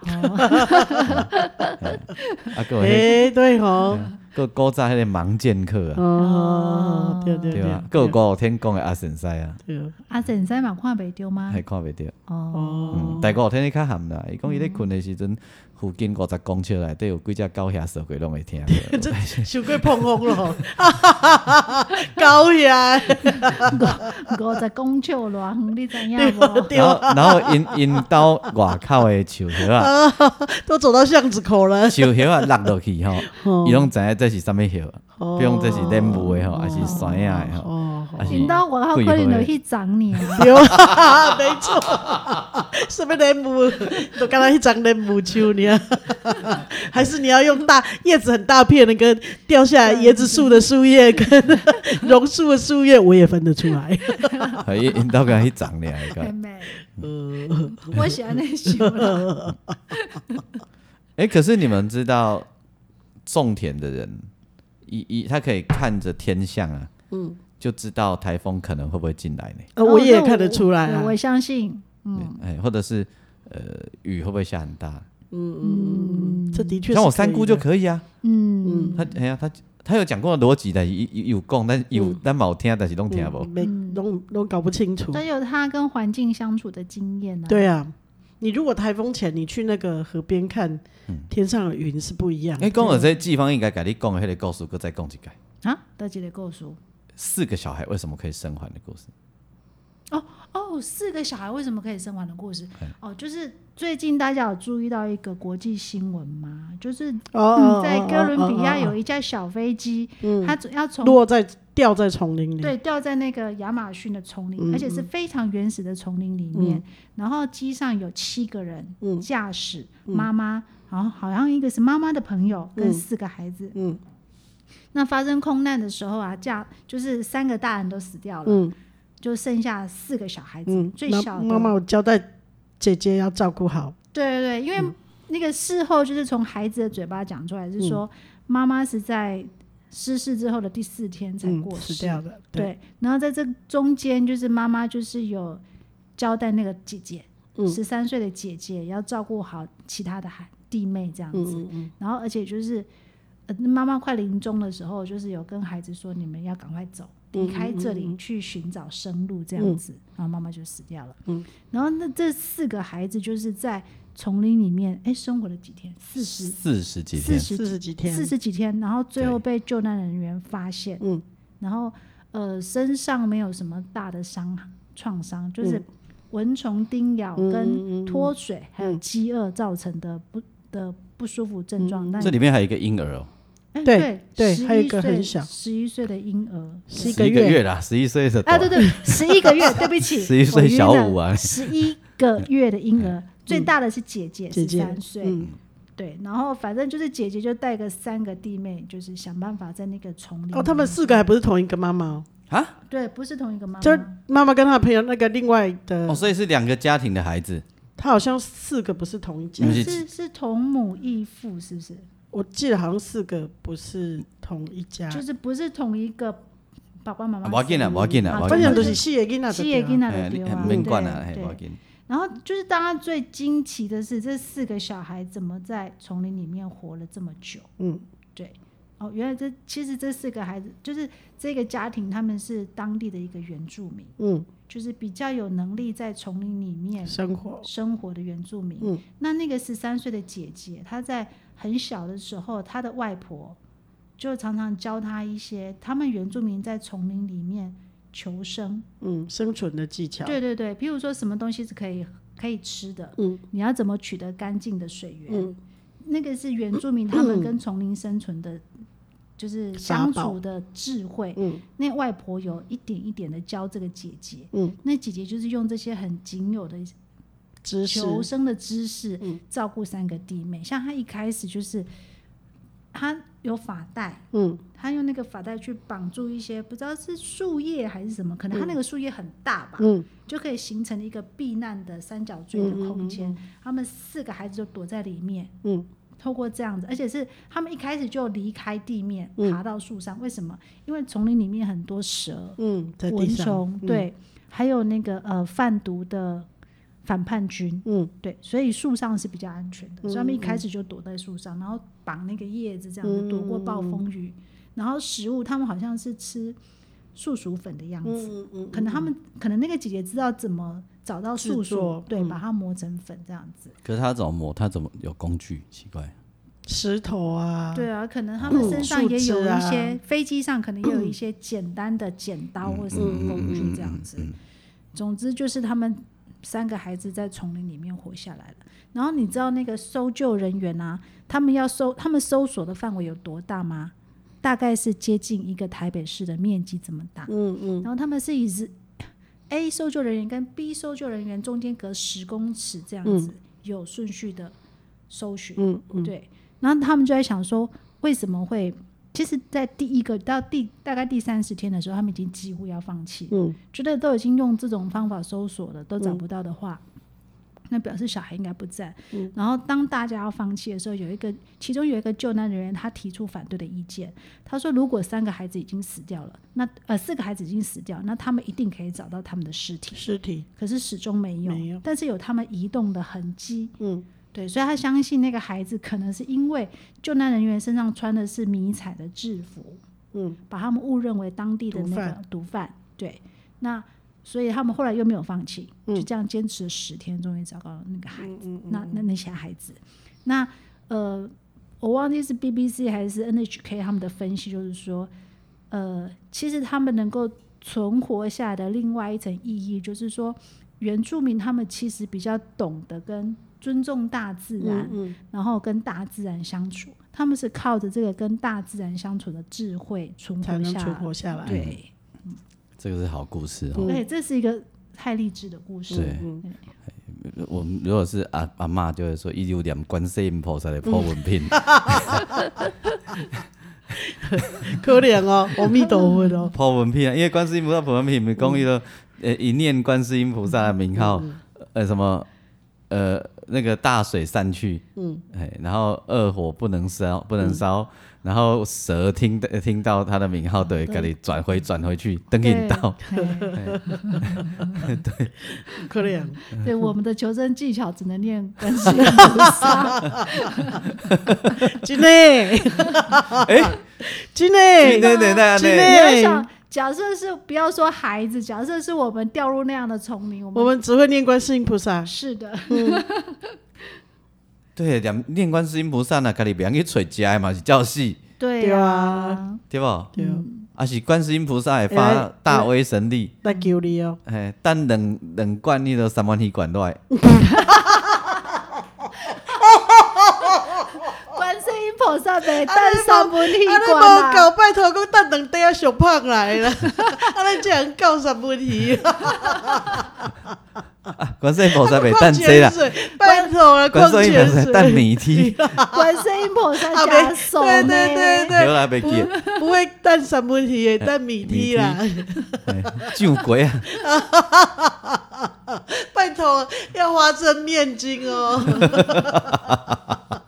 哦，
啊各
哎、
位，
对吼，
个古早迄个盲剑客啊。
哦，对对
对
对
啊，，各有五天讲的阿神师啊，
对对
阿婶在嘛看袂丢吗
还？看袂着。
哦，
啊哦
嗯，，但五天你较含啦，伊讲伊咧困的时阵，附近五十公尺内底有几只狗遐蛇鬼拢会听到。
太过碰风了吼， 高 呀，
五十公尺偌远，你知影无？
对啊
然后，然后因因到外口的树叶 啊，
都走到巷子口了，
树叶啊落落去吼，伊拢知影这是啥物叶，
哦
比如讲这是莲雾的吼，还是山啊的吼，
哦，
还是
你到我好可能就去长你啊！
对， 没错，什么莲雾都刚才一张莲雾球 呢，还是你要用大叶子很大片的跟掉下来椰子树的树叶跟榕树的树叶，我也分得出来。
因因到个去长俩个
妹。妹，
嗯
我喜欢那首了。
哎，可是你们知道种田的人一一他可以看着天象啊，嗯，就知道台风可能会不会进来呢。
呃，
哦
我也
这
看得出来
我
啊
我。相信，
对
嗯，
哎，或者是呃雨会不会下很大？
嗯，这的确是可以的。
像我三姑就可以啊，
嗯，
他哎呀他。他有讲过逻辑的，有有有讲，但有
嗯
但冇听，但是拢听无
嗯，。没拢拢搞不清楚。
但有他跟环境相处的经验呢、啊。，
对啊，你如果台风前你去那个河边看
嗯
天上的云是不一样的。
哎，讲到这，季芳应该给你讲的那个故事，搁再讲一个
啊，德吉的构书
四个小孩为什么可以生还的故事。
哦，四个小孩为什么可以生完的故事哦，就是最近大家有注意到一个国际新闻吗？就是、
哦哦，哦
嗯在哥伦比亚有
哦
一架小飞机，
嗯
它要
哦
从
落在掉在丛林里。
对，掉在那个亚马逊的丛林，
嗯
而且是非常原始的丛林里面。然后机上有七个人，
嗯
驾驶、妈妈，然后好像一个是妈妈的朋友跟
嗯
四个孩子。
嗯
那发生空难的时候啊，驾就是三个大人都死掉了，
嗯
就剩下四个小孩子，
嗯，
最
那
小的
妈妈我交代姐姐要照顾好。
对对对，因
嗯
为那个事后就是从孩子的嘴巴讲出来，是说妈妈是在失事之后的第四天才
嗯
过，世
死掉的。对，
对，然后在这中间，就是妈妈就是有交代那个姐姐，
嗯
十三岁的姐姐要照顾好其他的孩弟妹这样
嗯
子。
嗯嗯，
然后而且就是，呃，妈妈快临终的时候，就是有跟孩子说，你们要赶快走，
嗯
离开这里去寻找生路这样子。然后妈妈就死掉了。
嗯，
然后那这四个孩子就是在丛林里面，哎，生活了几天，四十
四十几
四
天，
十
嗯四十几天，
四十几天，然后最后
对
被救难人员发现，
嗯，
然后呃身上没有什么大的伤创伤，就是蚊虫叮咬
嗯
跟脱水还有
嗯
饥饿造成的不的不舒服症
嗯
状。但
这里面还有一个婴儿哦，
哎
对
对
对
11
还有一个很
岁
小
十一岁的婴儿，
是一
十
个
一个
月。
月啦，十一岁的
啊对对，十一个月，对不起，
11岁小五啊嗯
十一个月的婴儿， 最大的是姐姐，
姐
十
姐
三岁，
嗯，
对，然后反正就是姐姐就带个三个弟妹，就是想办法在那个丛林。
哦，他们四个还不是同一个妈妈哦，
啊，
对，不是同一个妈妈。
就妈妈跟她的朋友那个另外的
哦，，所以是两个家庭的孩子，
她好像四个不是同一家
嗯，
是是是同母异父，是不是？
我记得好像四个不是同一家，
就是不是同一个爸爸妈妈
啊
生的。
不要紧啦，不要紧啦，
啊
不要
反
紧
正
啦
都是四个囡仔就
七
对
爷
了，
跟那
哎
个对
哎
啊，
免
对
管啦，嘿，不要
对。
紧。
然后就是大家最惊奇的是，这四个小孩怎么在丛林里面活了这么久？
嗯，
对。哦，原来这其实这四个孩子就是这个家庭，他们是当地的一个原住民，
嗯，
就是比较有能力在丛林里面
生活，
生活的原住民。
嗯
那那个十三岁的姐姐，她在很小的时候，她的外婆就常常教她一些他们原住民在丛林里面求生。
嗯，生存的技巧，
对对对，譬如说什么东西是可以可以吃的，
嗯
你要怎么取得干净的水源，
嗯
那个是原住民他们跟丛林生存的。就是相
法宝
处的智慧，
嗯
那外婆有一点一点的教这个姐姐，
嗯，
那姐姐就是用这些很仅有的
知识，
求生的知识
嗯，
照顾三个弟妹。像他一开始就是，他有发带，
嗯
他用那个发带去绑住一些不知道是树叶还是什么，可能他那个树叶很大吧，
嗯
就可以形成一个避难的三角锥的空间。他们四个孩子就躲在里面，
嗯
透过这样子，而且是他们一开始就离开地面，
嗯
爬到树上。为什么？因为丛林里面很多蛇、
嗯，在地
蚊
上
虫，，
嗯，
对，还有那个呃贩毒的反叛军。
嗯
对，所以树上是比较安全的，所以他们一
嗯
开
嗯
始就躲在树上，然后绑那个叶子这样子躲过暴风
嗯
雨。然后食物，他们好像是吃树薯粉的样子，
嗯嗯，
可能他们可能那个姐姐知道怎么找到
制
树薯
作，
对，
嗯
把它磨成粉这样子。
可是他怎么磨？他怎么有工具？奇怪，
石头啊，
对啊，可能他们身上
树
也
枝
有一
啊嗯
些，飞机上可能也有一些简单的剪刀或什么工具这样子。总之就是他们三个孩子在丛林里面活下来了。然后你知道那个搜救人员啊，他们要搜他们搜索的范围有多大吗？大概是接近一个台北市的面积这么大。
嗯嗯
然后他们是以日 A 搜救人员跟 B 搜救人员中间隔十公尺这样子，有顺序的搜寻。
嗯嗯，
对，然后他们就在想说，为什么会？其实，在第一个到第大概第三十天的时候，他们已经几乎要放弃，
嗯
觉得都已经用这种方法搜索了，都找不到的话，那表示小孩应该不在。然后当大家要放弃的时候，有一个其中有一个救难人员他提出反对的意见，他说如果三个孩子已经死掉了，那呃四个孩子已经死掉，那他们一定可以找到他们的尸体，
尸体，
可是始终没有，
没有
但是有他们移动的痕迹。
嗯，
对，所以他相信那个孩子可能是因为救难人员身上穿的是迷彩的制服，
嗯，
把他们误认为当地的那
毒
个
贩
毒贩。对，那所以他们后来又没有放弃，
嗯
就这样坚持了十天，终于找到了那个孩子，那那那些孩子，那呃，我忘记是 BBC 还是 NHK 他们的分析，就是说，呃，其实他们能够存活下来的另外一层意义，就是说，原住民他们其实比较懂得跟尊重大自然，
嗯
然后跟大自然相处，他们是靠着这个跟大自然相处的智慧存
嗯，才
活
能
下
存
来。
活下来。
对，
这个是好故事哦。
嗯
而且这是一个太励志的故事。
对
嗯，
我们如果是阿阿嬷就会说，伊有点观世音菩萨的破文品，
可怜哦，阿弥陀佛 哦，
破文品啊，因为观世音菩萨破文品，讲伊说，呃，一念观世音菩萨的名号，呃，什么，呃，那个大水散去，嗯，哎，然后恶火不能烧，不能烧，然后蛇听得听到他的名号，哦对，给你转回转回去，等引到，
对，
可 怜。
对我们的求生技巧只能念 观世音菩萨。
真的，
哎，
真的，
对对对
真
对，
你要
的
想，，假设是不要说孩子，假设是我们掉入那样的丛林，我们
我们只会念观世音菩萨，
是 的，
对，念念观世音菩萨呢，家己别去找食的嘛，是照死，
对
对
呀、
啊
对不？
对，
啊是观世音菩萨会
哎
发
哎
大威神力，
来求你 哦。
嘿，但两两罐你都三万去管落来，
观世音菩萨被带上不
啊，你
离
无
关啦。
搞，拜托，讲等两底啊，小胖来 啦，啊，你这样搞什么问题？
啊观世音菩萨 袂等 这啦，
水，拜托 了，
观
矿
世音菩萨
泉
会
水，
等米梯，
观世音菩萨
啊，
加
没，
手
对对对 对，
呢。
对啦袂记的
不不会等什么问题，等米梯啦。
哎嘿上鬼啊，
拜托，要花生面筋哦，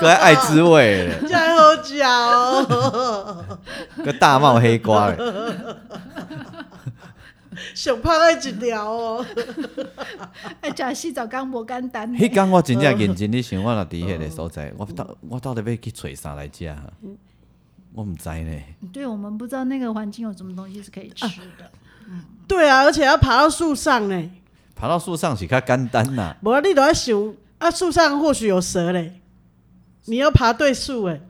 个爱滋味的，
加好食哦。
个大帽黑瓜的，
上胖爱一条哦，
哎，假洗澡刚无简单呢。
迄天我真正认真咧想，我若伫迄个所在，我到我到底要去找啥来食？我毋知呢，
嗯
对我们不知道那个环境有什么东西是可以
啊
吃的。
对啊，而且要爬到树上呢。
爬到树上是较简单啦，
无啊，你都要想啊，树上或许有蛇嘞，你要爬对树哎。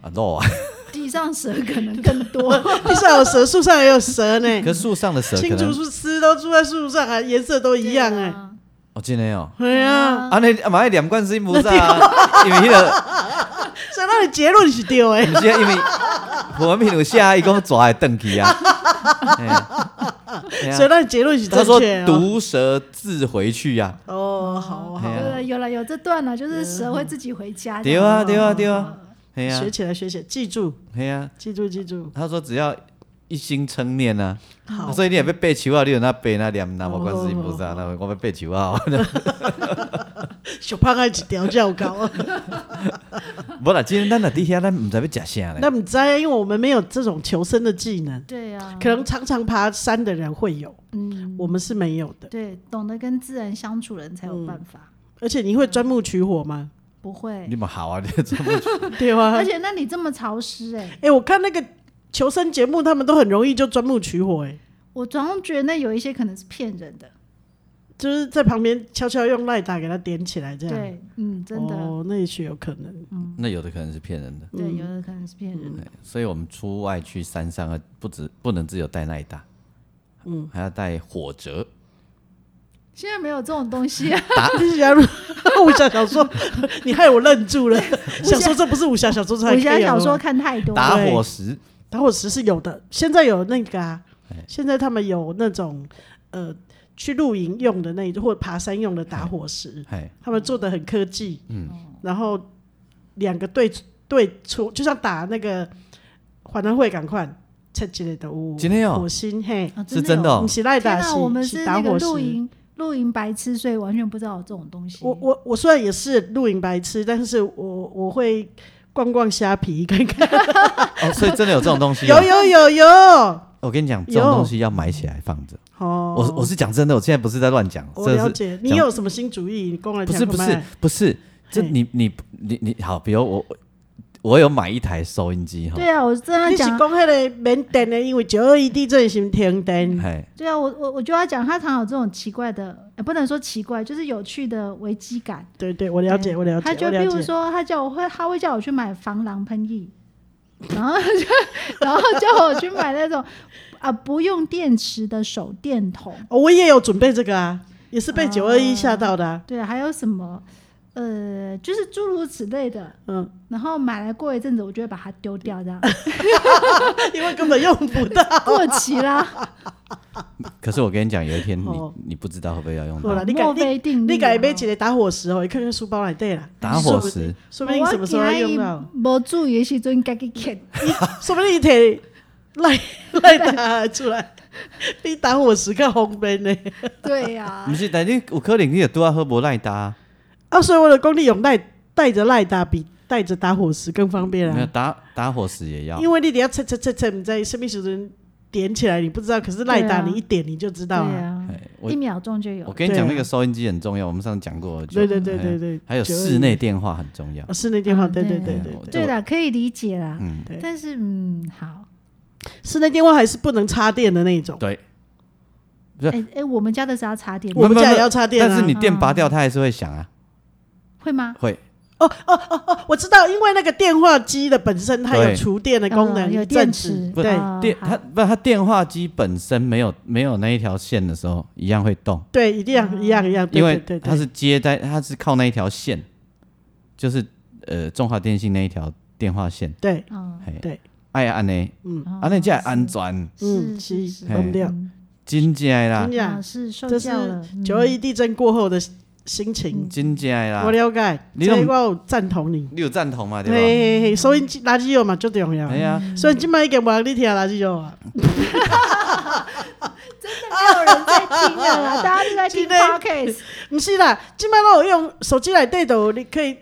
啊路啊，
地上蛇可 能更多。
地上有蛇，树上也有蛇呢。
可树上的蛇可
青竹
能，
树丝都住在树上啊，颜色都一样
对
哎。
啊。
哦真的哦，
对啊，
啊你嘛爱念观世音菩萨啊，因为迄个。
啊所以那你结论是对的。
不是啊因为我们品有下一共抓来邓 去啊。嘿
所以
嘿啊
那你结论是
他
正
说
确哦。
毒蛇自回去呀、
哦，好好，
嘿啊
对，有了有这段了，就是
啊
蛇会自己回家。
对
哦
啊对啊对啊，嘿呀
学起来，学起来，记住，
嘿呀，
记住，记住。
他说只要一心称念啊，
好，
所以你也要背球啊，你有那背那念那无
哦
观世音菩萨，那我要背球啊，
小胖爱一条较 高。
无啦，今天咱若伫遐，咱毋知要食啥
那
咧，
你知道，因为我们没有这种求生的技能，
对啊，
可能常常爬山的人会有，
嗯，
我们是没有的。
对，懂得跟自然相处的人才
嗯
有办法，
而且你会钻木取火吗？
不会
你。嘛好啊，你怎么
对啊。
而且那你这么潮湿哎、
哎、我看那个求生节目，他们都很容易就钻木取火、哎，
我总觉得那有一些可能是骗人的。
就是在旁边悄悄用赖打给它点起来，这样。
对，嗯，真的，
哦，嗯那也许有可能。
那有的可能是骗人的，
对，有的可能是骗人的。
所以我们出外去山上啊，不止不能只有带耐打，嗯，还要带火折，嗯
现在没有这种东西、啊，
武侠，武侠小说，你害我愣 住了。想说这不是武侠小说才
武
可以啊
侠小说
有的吗
看太多
打
了。
火石，
打火石是有的，现在有那个啊，
哎
现在他们有那种呃去露营用的那或爬山用的打火石，
嘿，
他们做的很科技，嗯，然后两个对对出，就像打那个华南会，赶快切之类的有
真的哦
火星嘿，
啊
是真的哦
不是赖
天
打
哪，
是
我们
是
是
打
那个
火
露
石，
营露营白痴，所以完全不知道有这种东西。
我我我虽然也是露营白痴，但是我我会逛逛虾皮看看。
哦，所以真的有这种东 西、
有
啊。
有有有，
我跟你讲，这种
有
东西要买起来放着。
哦，
我我是讲真的，我现在不是在乱讲，
我
这
了
是
解。你
讲
有什么新主意？你跟我来
不
讲
是不
看
是
看
不是，这
嘿
你你你你好，比如我我我有买一台收音机哈，
对啊，我正要
你是
讲
讲，迄个免电的，因为九二一地震是停电。
嘿，
对啊，我我我就要讲，他常有这种奇怪的，呃不能说奇怪，就是有趣的危机感。
对对，我了解，
哎
我了
他
解，
就
我
比
了
如
解。
说，他叫我会，他会叫我去买防狼喷液，然后就然后叫我去买那种啊不用电池的手电筒。
哦，我也有准备这个啊，也是被
啊
九二一吓到的啊。
对，还有什么呃，就是诸如此类的。
嗯，
然后买来过一阵子，我就会把它丢掉，这样
因为根本用不 到。
过期啦，
可是我跟你讲，有一天你
哦
你不知道会不会要用
好啊
它
了，你改
墨
你
菲定律。啊
你改
杯
买一个打火石哦，你看看书包内底啦。
打火石，
说不定什么时候要用到，
无注意的时阵，家己捡。
说不定你摕赖 赖打出来，比打火石更方便呢。
对啊呀
不，是，但你有可能你也都要喝不赖搭啊，
啊，所以我的功力用带带着赖打比带着打火石更方便
没有
啊，
打打火石也要，
因为你得要测测测测，你在生命时钟点起来，你不知道，可是赖打
对啊
你一点你就知
对
道啊。
呀，
嘿我
一秒钟就
我
有。
跟你讲，
对啊
那个收音机很重要，我们上次讲过，就
对对对对
嘿
对，
还有
92
室内电话很重要
哦，室内电话，
嗯
对对
对
对
啊
对
我
对，
对啦，可以理解啦，
嗯，
对
但是嗯，好，
室内电话还是不能插电的那一种，
对，
哎哎，我们家的是要插电的，
我们
没有
家
没有
也要插电
但是
啊
你。电拔掉，它还是会响啊，
会吗？
会，
哦，我知道，因为那个电话机的本身它有
对
厨电的功能，
嗯有
一阵
电
子
池，
不
对
啊
电
好
它不它电话机本身没有没有那一条线的时候，一样会动。
对，一样一样一样，对
因为
对对对
它是接在，它是靠那一条线，就是呃中华电信那一条电话线，
对，
嗯
嘿，
对，
爱安呢，
嗯
哦
安尼才会安全，
嗯，
是
是
是
嘿
弄掉。
嗯
真正的啦
真，的
啊
啊，
是受
这是
教了，嗯
九二一地震过后的心情，
真正的
我
啦，
了解，
你
这
都
一我有赞同你。
你有赞同嘛？
嘿
对
嘿嘿，收音机垃圾油嘛最重要
吧？哎。呀，
嗯
所以今麦已经无人在听垃圾油啊，
没有人在听了啦，大家都在听
啊今天
podcast，
不是啦，今麦都有用手机来对的，你可以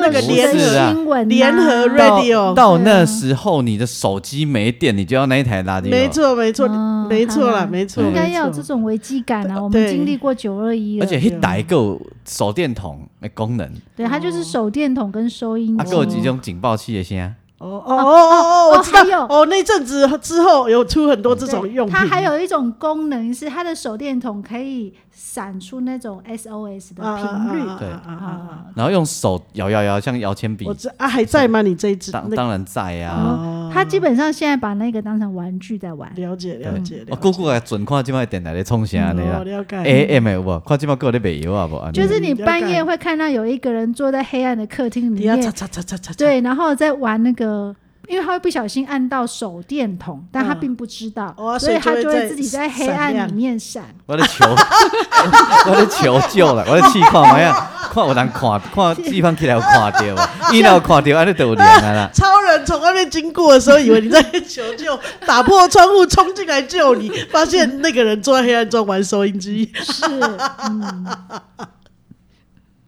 那个
式
联
的
合啊
新闻啊
联合 radio，
到那时候你的手机没电，你就要那一台垃圾。
没，错没错
嗯
没错啦
好啦
没错，
应该要有
没
这
错
种危机感啊！我们
对
经历过九二一
而
了，
且
啊
迄台还有手电筒的功能，
对，它就是手电筒跟收音
啊，
机
还。有一种警报器的声。
哦哦哦哦哦，我知道
还有
哦，那阵子之后有出很多这种
对
用品，
它还有一种功能是它的手电筒可以闪出那种 SOS 的
啊啊
频率
啊
对
啊啊啊啊啊，
啊。
然后用手摇摇摇，像摇铅笔
我，知啊还在吗？你这一支
当
那个
当然在啊。
哦
它基本上现在把那个当成玩具在玩，
了解了解，
我
了解
哦姑姑来准看今摆电台咧创啥呢
哦
啦
了解。
？AM 的有无？看今摆有咧卖药啊无？
就是你
嗯了解
半夜会看到有一个人坐在黑暗的客厅
底
里
下
面
擦，擦擦擦擦，，
对，然后再玩那个，因为他会不小心按到手电筒，但他
嗯
并不知道，
哦
所
所
以
以
他
就
就
会
会
在
自己在黑
闪
暗里
亮
面闪。
我咧求， 我咧求救啦，我咧试看卖 啊，看有人看，看地方起来有看到无？伊若有看到，安尼就有灵啊啦。
超人从外面经过的时候，以为你在求救，打破窗户冲进来救你，发现那个人坐在黑暗中玩收音机。
是，嗯，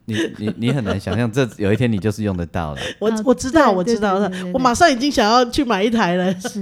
你你你很难想象，这有一天你就是用得 到了。
我
啊
我知道，
对
我知道
对对对对，
我马上已经想要去买一台了。
是，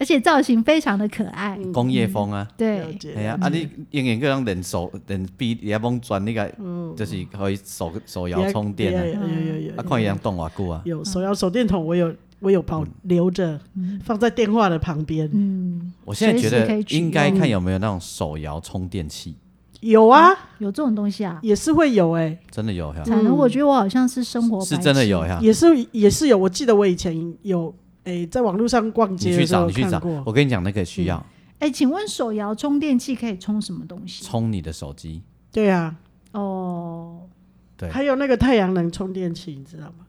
而且造型非常的可爱，
工业风啊，
了
对，
解
哎呀，啊你用用个人人手人臂也帮转那个，
嗯
就是可以手手摇充电啊，
有有有有
啊看伊人动偌久啊，
嗯
有手摇手电筒，我有我有
嗯
保留着，放在电话的旁边。
嗯，
我现在觉
随时
得
可以取用
应该看有没有那种手摇充电器，
有啊，
有这种东西啊。
也是会有哎，
真的有哈，
反正我觉得我好像是生活
是
白
真的
痴
有哈。
也是也是有。我记得我以前有哎，在网络上逛
你
街
去
的时
找，
候
你去
看
找。
过。
我跟你讲，那个需要
哎，请问手摇充电器可以充什么东西？
充你的手机，
对啊，
哦，
对，
还有那个太阳能充电器，你知道吗？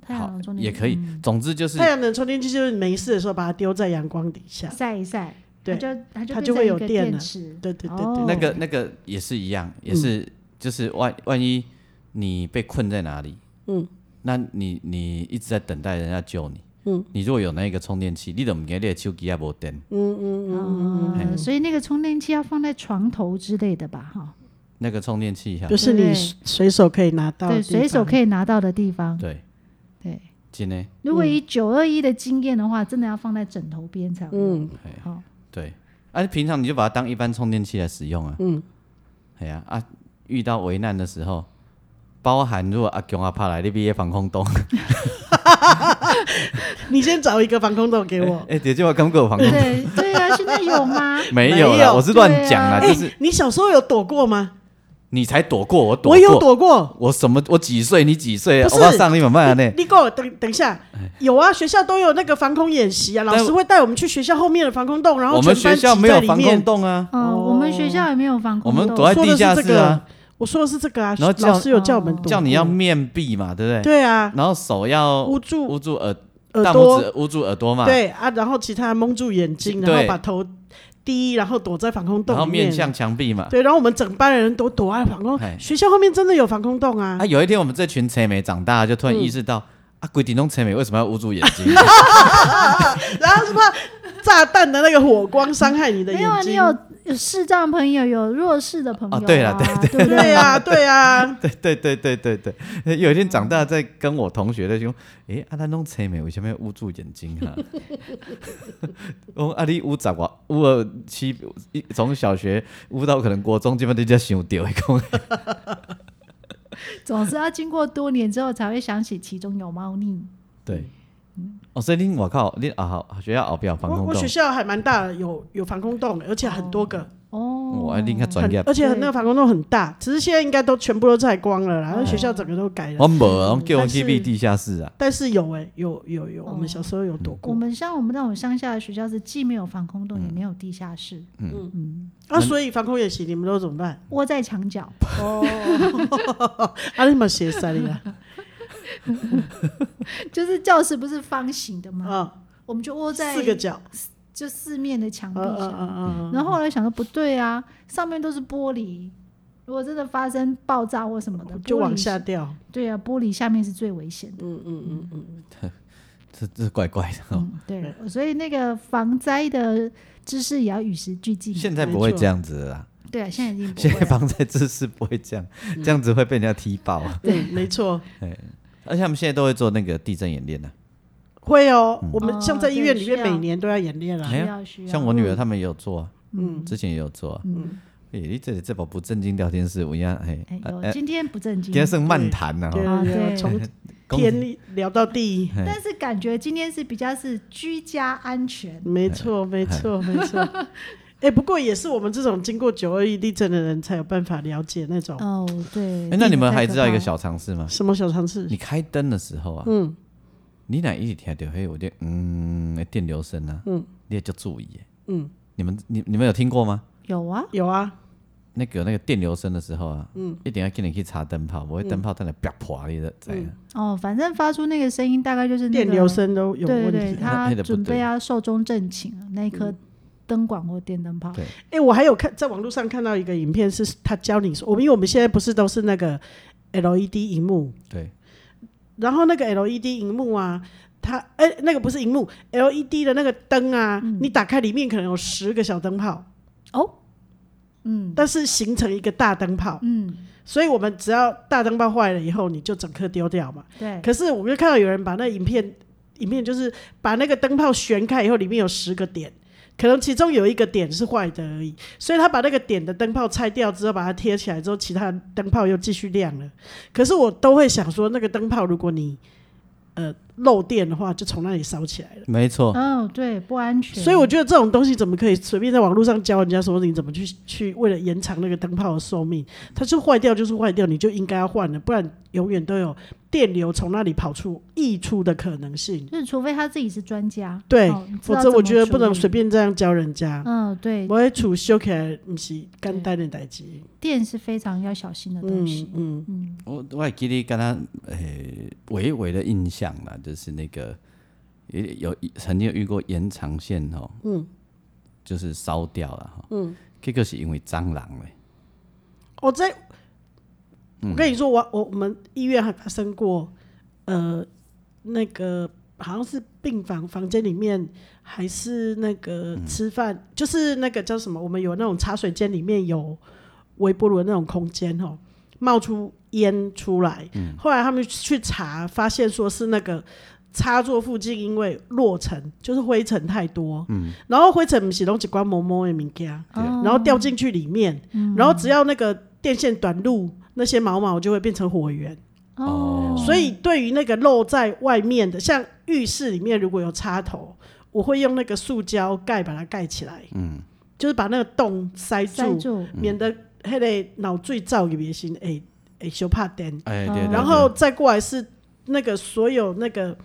太阳能充电
也
器
可以。总之就是
太阳能充电器就是你没事的时候把它丢在阳光底下。
晒一晒，它
对
就它就
它
变
就
成
会
一
有
个
电
电
了
池。
对对对对
哦
那个那个也是一样，也是就是万万一你被困在哪里，
嗯，
那你你一直在等待人家救你，嗯，你如果有那个充电器，你都唔惊你的手机也无电，
嗯
哎
啊，所以那个充电器要放在床头之类的吧，哈，
那个充电器哈
就，是你
对
随手可以拿到的
对，
地方，
随手可以拿到的地方，
对，
对。
真的，
如果以九二一的经验的话，真的要放在枕头边才有哦用。
嗯，
嘿
好，
对，啊，平常你就把它当一般充电器来使用啊。嗯，哎呀啊，遇到危难的时候，包含如果阿强阿怕来，你毕业防空洞，
你先找一个防空洞给 我。
哎、欸，姐姐我刚过防空洞，
对对啊，现在有吗？
没有
没
啦，
有
我是乱讲啦，
哎
就是，
你小时候有躲过吗？
你才躲过，我躲过，
我有躲过。
我什么？我几岁？你几岁？啊
不是
我要上你们班呢。
你给我等等一下，有啊，学校都有那个防空演习啊，老
哎但
师会带我们去学校后面的防空洞，然后
我们
全班
学校
挤
没
在
有
里
防
面
空洞啊，
哦，我们学校也没有防
我
空
们
洞。
躲在地下室啊，
我说的是这个啊，
然后叫
老师有叫我们
哦
读，
叫你要面壁嘛，对不对？
对啊，
然后手要
捂住
捂住耳，
耳
大拇
朵，
指捂住耳朵嘛，
对啊，然后其他蒙住眼睛，然后
对
把头低，然后躲在防空洞
然后
里面
面向墙壁嘛。
对，然后我们整班人都躲在防空
哎
学校后面真的有防空洞啊嗯
啊，，有一天我们这群车美长大，就突然意识到啊，鬼顶洞车美为什么要捂住眼睛？
然后是怕炸弹的那个火光伤害你的
没有啊，
眼
你
睛。
有有视障朋友，有弱势的朋友、
哦对啦对
对不
对 啊，对啊，
对对对对对对， 有一天长大在跟我同学在 说，诶，啊，咱弄车美为什么要捂住眼睛啊？ 我说啊，你捂十我捂了七，一从小学捂到可能国中，基本都在想掉一讲
总是要经过多年之后才会想起其中有猫腻。
对，哦，所以你我靠，你啊好学校后壁有防
我
空
我
洞
学，校还蛮大的，有有防空洞，而且很多个，
哦，
我啊你较专
很
业，
而且那个防空洞很大，只是现在应该都全部都拆光了啦，然后学校整个都改了。
我无，我叫我
但是
去避地下室啊，
但是有哎、有有有，
哦
我们小时候有躲
我
过
们像我们那种乡下的学校是既没有防空洞，也没有地下室，
嗯
啊，所以防空演习你们都怎么办？
窝在墙角。
啊，你们写啥呀？
就是教室不是方形的吗？
啊，
我们就窝在
四个角，
就四面的墙壁
啊
上。
啊啊啊！
然后后来想说不对啊，上面都是玻璃，如果真的发生爆炸或什么的，
啊就
玻璃
往下。掉。
对啊，玻璃下面是最危险的。
嗯嗯嗯嗯，
这这怪怪的哦。
嗯，对，所以那个防灾的知识也要与时俱进。
现在不会这样子了啦，
对啊，现在已经不
现
会
在
了。
防灾知识不会这样，
嗯
这样子会被人家踢爆 啊。
对，没错，
而且他们现在都会做那个地震演练啊呢，
会哦。我们
哦
像在医院
对
里
需
面，
要
每年都要演练啦
哎。
需
呀
要需要。
像我女儿他们也有做啊，
嗯，
之前也有做啊。
嗯，
诶，你这里这把不正经聊天室，我一样嘿
哎，
啊
有
哎，
今天不正
今
经，
天是漫谈呐，
对
哈
啊
对对，
对
从
恭
天聊到地，
哎
但是感觉今天是比较是居家安全。
没错，没错，没错。哎、不过也是我们这种经过九二一地震的人才有办法了解那种、
哦，对
哎，。那你们还知
知
道
道
一个小常识吗？
什么小常识。
你开灯的时候啊，
嗯，
你哪一直听到嘿，我就嗯的电流声啊，嗯，你也就注意，
嗯，
你们你你们有听过吗？
有啊，
有啊，
那个那个电流声的时候啊，嗯，一定要跟你去查灯泡，不会灯泡在那啪啪你的怎样？
哦，反正发出那个声音大概就是那个
电流声都有
对
问
对，
题。
他
那个不
准备
对嗯
要寿终正寝了，那一颗灯管或电灯泡。
对
哎、我还有看在网络上看到一个影片，是他教你说，我们因为我们现在不是都是那个 LED 荧幕，
对，
然后那个 LED 荧幕啊，它哎、那个不是荧幕 LED 的那个灯啊，你打开里面可能有十个小灯泡，
哦，嗯
但是形成一个大灯泡，
嗯，
所以我们只要大灯泡坏了以后，你就整颗丢掉嘛。
对，
可是我就看到有人把那影片，影片就是把那个灯泡旋开以后，里面有十个点，可能其中有一个点是坏的而已，所以他把那个点的灯泡拆掉之后，把它贴起来之后，其他灯泡又继续亮了。可是我都会想说，那个灯泡如果你呃漏电的话，就从那里烧起来了。
没错，
嗯对，不安全。
所以我觉得这种东西怎么可以随便在网络上教人家说你怎么去去为了延长那个灯泡的寿命？它就坏掉就是坏掉，你就应该要换了，不然永远都有电流从那里跑出溢出的可能性。
就是除非他自己是专家，
对
哦，
否则我觉得不能。
知道怎么处
随
理
便这样教人家。
嗯，对，
我会处修起来不是简单的代志。
电是非常要小心的东
嗯
西。
嗯，
我我还记得跟他诶微微的印象啦，就是那个有有曾经有遇过延长线哦，嗯，就是烧掉了哈，嗯，这个是因为蟑螂嘞，
我在，我跟你说，我我我们医院还发生过，呃，那个好像是病房房间里面，还是那个吃饭，就是那个叫什么？我们有那种茶水间里面有微波炉的那种空间哦，冒出烟出来。后来他们去查，发现说是那个插座附近因为落尘，就是灰尘太多，然后灰尘不是拢一关毛毛的物件，啊
哦
然后掉进去里面，然后只要那个电线短路，那些毛毛就会变成火源。
哦，
所以对于那个露在外面的，像浴室里面如果有插头，我会用那个塑胶盖把它盖起来，嗯，就是把那个洞塞住，
塞住，
嗯
免得迄个脑最燥入面先会会小怕电，
哎，对，对
哦然后再过来是那个所有那个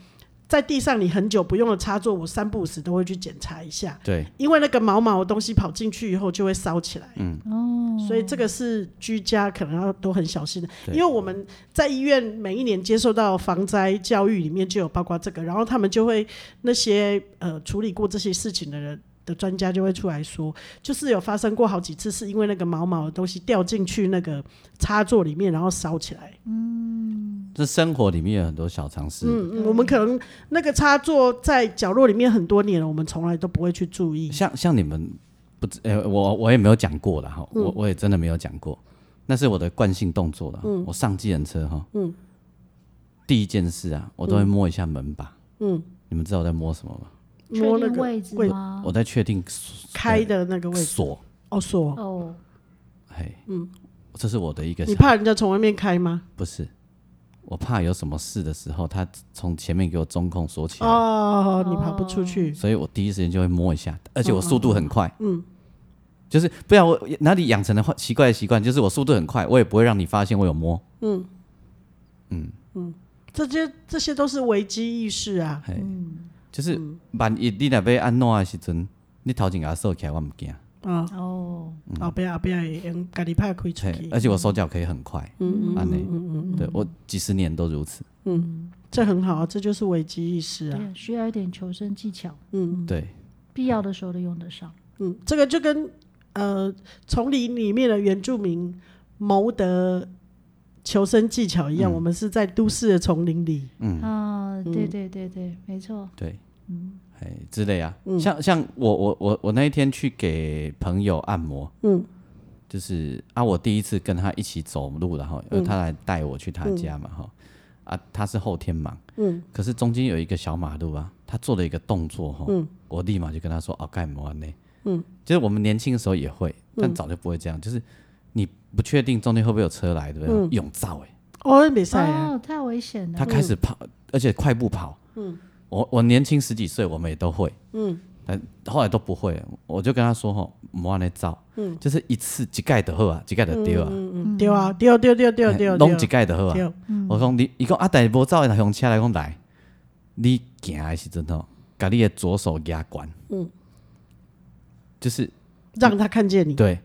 在地上你很久不用的插座，我三不五时都会去检查一下，
对，
因为那个毛毛的东西跑进去以后就会烧起来。哦，所以这个是居家可能要都很小心的，
对
因为我们在医院每一年接受到防灾教育里面就有包括这个，然后他们就会那些呃处理过这些事情的人。的专家就会出来说，就是有发生过好几次，是因为那个毛毛的东西掉进去那个插座里面，然后烧起来。
这生活里面有很多小常识，
嗯嗯，我们可能那个插座在角落里面很多年了，我们从来都不会去注意。
像像你们不知，呃、我我也没有讲过了哈，
嗯
我我也真的没有讲过，那是我的惯性动作了。
嗯
我上计程车哈，嗯，第一件事啊，我都会摸一下门把，嗯，你们知道我在摸什么吗？
摸
确
那
定
个
位置
位
吗？
我在确定锁
哦开的那个位置，
锁，
哦锁，
哦，
嘿，嗯，这是我的一个
你
小，
怕人家从外面开吗？
不是，我怕有什么事的时候，他从前面给我中控锁起来，
哦，你爬不出去，
所以我第一时间就会摸一下，而且我速度很快。嗯，就是不然我哪里养成的坏奇怪的习惯，就是我速度很快，我也不会让你发现我有摸。
这些这些都是危机意识啊。
嘿，
嗯
就是万一你若要安怎的时阵，你头前给它收起来，我唔惊。
啊，
哦，
后壁后壁会用家己拍开出
嘿
去，
而且我手脚可以很快。嗯嗯嗯嗯，对我几十年都如此。
这很好啊，这就是危机意识啊。
对，需要一点求生技巧，
对，
必要的时候都用得上。
嗯，这个就跟呃丛林里面的原住民谋得求生技巧一样，我们是在都市的丛林里，
嗯
啊，
嗯
对对对对，没错。
对，哎之类啊，像像我我我我那一天去给朋友按摩，嗯，就是啊，我第一次跟他一起走路然后因呃为他来带我去他家嘛哈，啊，他是后天忙，嗯，可是中间有一个小马路啊，他做了一个动作哈，我立马就跟他说啊，干嘛呢？嗯，就是我们年轻的时候也会，但早就不会这样，就是你不确定中间会不会有车来，对不对？永造哎。
哦，没赛啊，
哦，太危险
他
了。
开始跑，而且快步跑。嗯，我我年轻十几岁，我们也都会。嗯，但后来都不会了，我就跟他说吼，莫安尼走，嗯，就是一次一盖的好啊，一盖的丢啊，
嗯对啊，对对对对对
拢一
对，
盖的好啊。
对，
我讲你，伊讲啊，但是无走的用车来讲来，你行的时阵吼，把你的左手压管，嗯，就是
让他看见你，
对，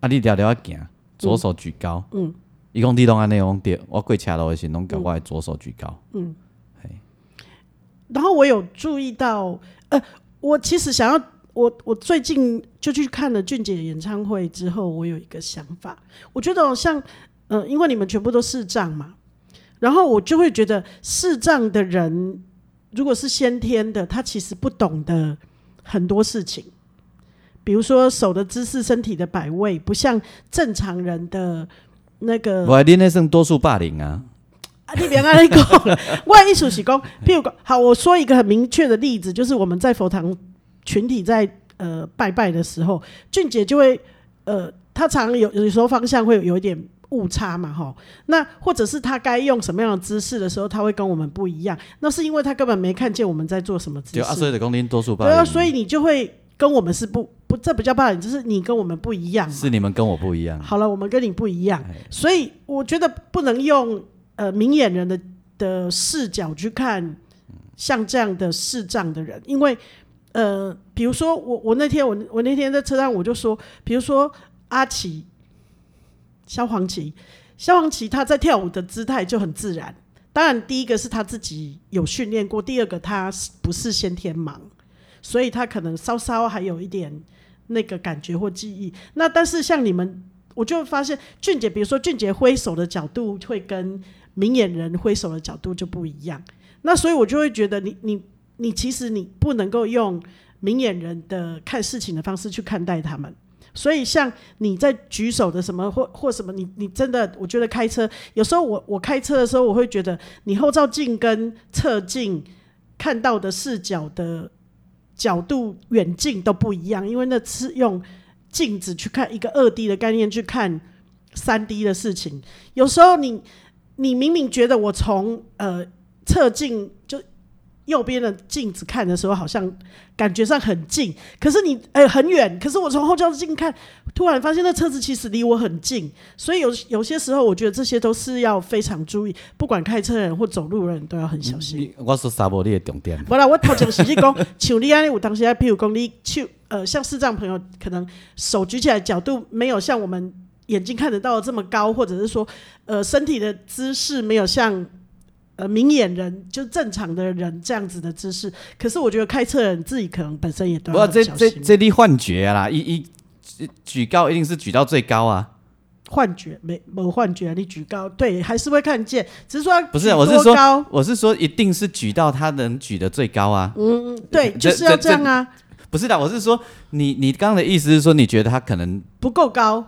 啊，你聊聊啊行，左手举高，嗯，伊讲你拢安尼讲对，我过车路的时拢甲我的左手举高，
然后我有注意到，呃，我其实想要，我我最近就去看了俊杰演唱会之后，我有一个想法，我觉得哦像，呃，因为你们全部都视障嘛，然后我就会觉得视障的人如果是先天的，他其实不懂得很多事情。比如说手的姿势、身体的摆位，不像正常人的那个
我恁那算多数霸凌啊。
啊，你别安尼讲， 我的意思是讲，譬如讲，好，我说一个很明确的例子，就是我们在佛堂群体在呃拜拜的时候，俊杰就会呃，他常有有时候方向会有有一点误差嘛，哈，那或者是他该用什么样的姿势的时候，他会跟我们不一样，那是因为他根本没看见我们在做什么姿
对啊，所
势，
以就讲恁多数霸
对
凌，
啊，所以你就会跟我们是不不，这不叫霸凌，就是你跟我们不一样嘛，
是你们跟我不一样。哎
好了，我们跟你不一样，所以我觉得不能用呃明眼人的的视角去看像这样的视障的人，因为呃，比如说我我那天我我那天在车上我就说，比如说阿奇，萧煌奇，萧煌奇他在跳舞的姿态就很自然。当然，第一个是他自己有训练过，第二个他是不是先天盲，所以他可能稍稍还有一点那个感觉或记忆。那但是像你们，我就发现俊杰，比如说俊杰挥手的角度会跟明眼人挥手的角度就不一样。那所以我就会觉得你，你你其实你不能够用明眼人的看事情的方式去看待他们。所以，像你在举手的什么或或什么，你你真的，我觉得开车有时候我我开车的时候，我会觉得你后照镜跟侧镜看到的视角的角度远近都不一样，因为那是用镜子去看一个二 D 的概念去看三 D 的事情。有时候你你明明觉得我从呃侧镜就右边的镜子看的时候，好像感觉上很近，可是你哎、很远，可是我从后照镜看，突然发现那车子其实离我很近，所以有有些时候我觉得这些都是要非常注意，不管开车人或走路人都要很小心。
你我说沙波你的重点，
不啦，我头前是你讲，像你安尼，有当时啊，譬如讲你手，呃，像视障朋友，可能手举起来的角度没有像我们眼睛看得到的这么高，或者是说，呃，身体的姿势没有像呃明眼人就正常的人这样子的姿势。可是我觉得开车人自己可能本身也都要
我这
很啊小
这
心。
这你幻觉啊啦，一一举举高一定是举到最高啊，
幻觉没没幻觉，你举高对还是会看见，只是说
不是啊
举
我是
多
说
高，
我是说一定是举到他能举的最高啊，
嗯，对，就
这
是要
这
这样啊，
不是的，我是说你你刚刚的意思是说你觉得他可能
不够高，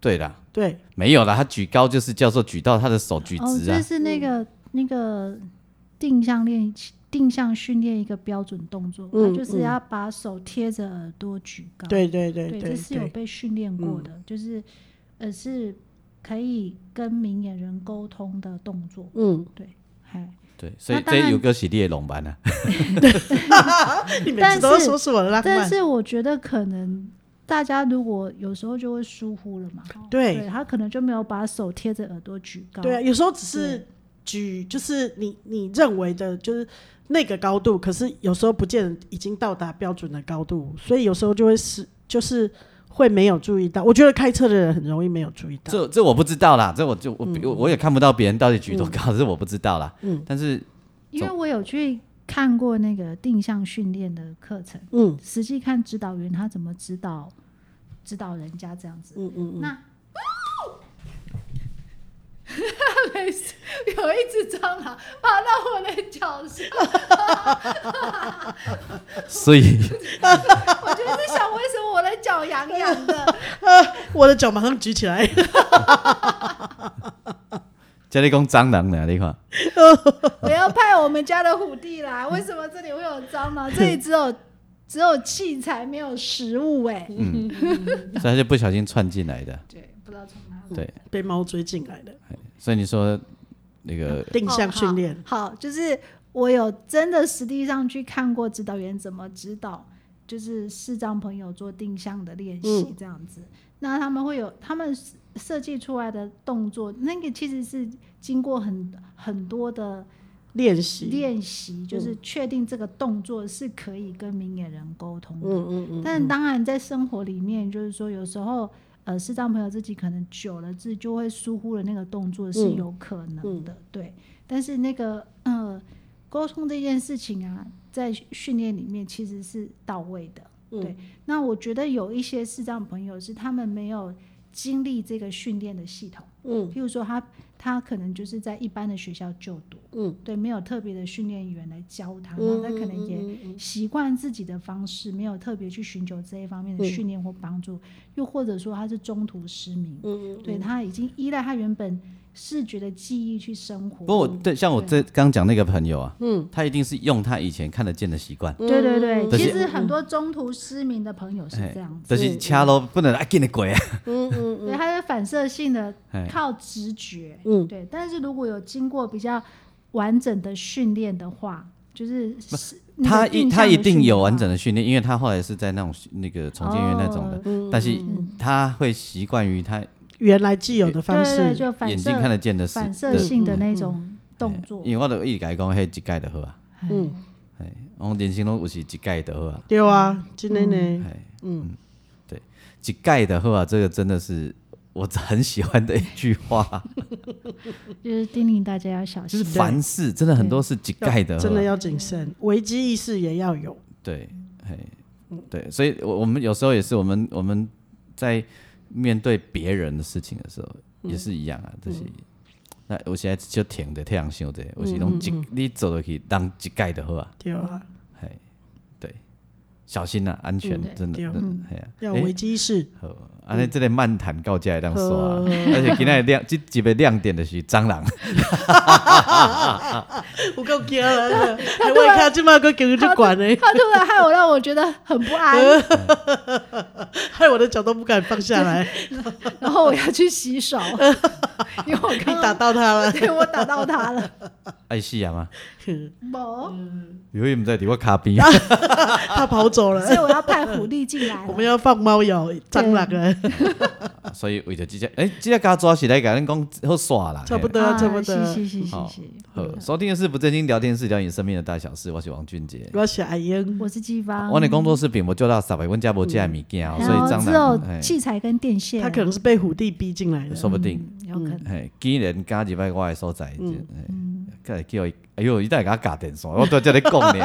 对啦，
对，
没有啦，他举高就是叫做举到他的手举
哦，
直啊
这，是那
嗯
个、那个定向练习定向训练一个标准动作，
嗯
它就是
嗯
要把手贴着耳朵举高。
对对对
啊对，
对
这是有
对，嗯
被训练过的，就是呃是可以跟明眼人沟通的动作。
嗯，
哎，
对，所以
那当然
这有个系列龙班啊，
你每次都
但是
说是我的浪
但
漫，
是我觉得可能大家如果有时候就会疏忽了嘛，
对
他可能就没有把手贴着耳朵举高。
对啊，有时候只是举，就是你你认为的，就是那个高度，可是有时候不见得已经到达标准的高度，所以有时候就会是就是会没有注意到。我觉得开车的人很容易没有注意到。
这这我不知道啦，这我就我
嗯
我我也看不到别人到底举多高，这我不知道啦，但是
因为我有去看过那个定向训练的课程，
嗯
实际看指导员他怎么指导指导人家这样子。
嗯嗯嗯，
那。没事，有一只蟑螂爬到我的脚上，
所以
我就是想为什么我的脚痒痒的？
我的脚马上举起来，
家里讲蟑螂呢，你看。
我要派我们家的虎弟来。为什么这里会有 蟑螂？这里只有只有器材，没有食物、哎，
嗯
所以他就不小心窜进来的。
对，不知道从哪里。
对，
被猫追进来的
所以你说那
嗯
个
定向训练。
好好好就是我有真的实地上去看过指导员怎么指导，就是视障朋友做定向的练
嗯
习这样子。那他们会有他们设计出来的动作，那个其实是经过很很多的
练习，
练习，
嗯
就是确定这个动作是可以跟明眼人沟通的。
嗯嗯嗯，
但当然，在生活里面，就是说有时候，呃，视障朋友自己可能久了，自己就会疏忽了那个动作是
嗯
有可能的，对。但是那个呃，沟通这件事情啊，在训练里面其实是到位的，对。那我觉得有一些视障朋友是他们没有经历这个训练的系统，
嗯
譬如说他他可能就是在一般的学校就读，
嗯，
对，没有特别的训练员来教他，然后他可能也习惯自己的方式，没有特别去寻求这一方面的训练或帮助，又或者说他是中途失明，
嗯
对他已经依赖他原本视觉的记忆去生活。
不过我对像我这刚讲那个朋友啊，嗯，他一定是用他以前看得见的习惯，
对对
嗯
对，
但是嗯哎
其实很多中途失明的朋友是这样子，
但
嗯
是掐咯，不能啊，见你鬼啊！
对，他是反射性的
哎
靠直觉，
嗯
对。但是如果有经过比较完整的训练的话，就是是那个
他一
定向
他一
的
定
训
有
练
完
的
整的训练，因为他后来是在那种那个重建院那种的，但是他会习惯于他
原来既有的
话
方
对对，
式，
就反
眼
射
睛看得见的嗯事
反射
的
性的那种动作。
因为我都一直跟他讲，迄一届就好啊，
嗯，
我人生拢有是一届就好啊，
对啊，今天呢，
一届就好啊，这个真的是我很喜欢的一句话，
就是叮咛大家要小
就
心
是。凡事真的很多是一届的，
真的要谨慎，危机意识也要有。
对，嘿，
嗯
对，所以我我们有时候也是我们我们
嗯
在面对别人的事情的时候、也是一样啊，这些、那有时就停着，太阳想者，有时
嗯
拢一、你走落去，人一盖就好啊，
对
嗯
啊，
嘿，对，小心啊，安全，
嗯
真的，
对
真的，嘿啊，
要
诶
危机意 识，
好，安尼即个漫谈到遮会当煞
好，
啊
啊
而且今仔的亮，即一个亮点就是蟑螂，
有够惊 啦！哎，我看即摆个叫就管呃呢，
他突然害我，让我觉得很不安，
害我的脚都不敢放下 来，
然后我要去洗手，因为我
呃你
刚
打到他 了。
对我打到他了，嗯
爱死啊嘛，
不，
因为毋知伫我 骹边，
他跑走
所以
了，
我要派狐狸进 来
我们要放猫咬蟑螂了，
所以为着即只，诶，即只家抓起来，甲咱讲好煞啦，
差不
嘿
多，
啊，
差不
是
多。
是是是
好
是，
好，收听的是不正经聊天室，聊你身边的大小事。我是王俊杰，
我是阿英，
我是季芳，
我的工作室并无做到三百，阮家无这物件哦，所以
然后
蟑
只
螂，
有
嘿
器材跟电线，
哎
嗯
他可能是被虎弟逼进来的。
说不定，
有可能。
嘿，竟然加入来我的所在，嗯，嘿再叫伊，哎呦，伊在甲我夹电线，我都在这里讲 呢。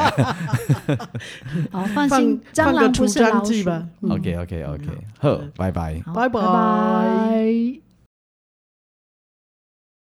好，放
放
心，蟑
放个
螂
除
不是老嗯
蟑剂
鼠。
吧，
OK OK OK，好，拜拜。
好
拜
拜拜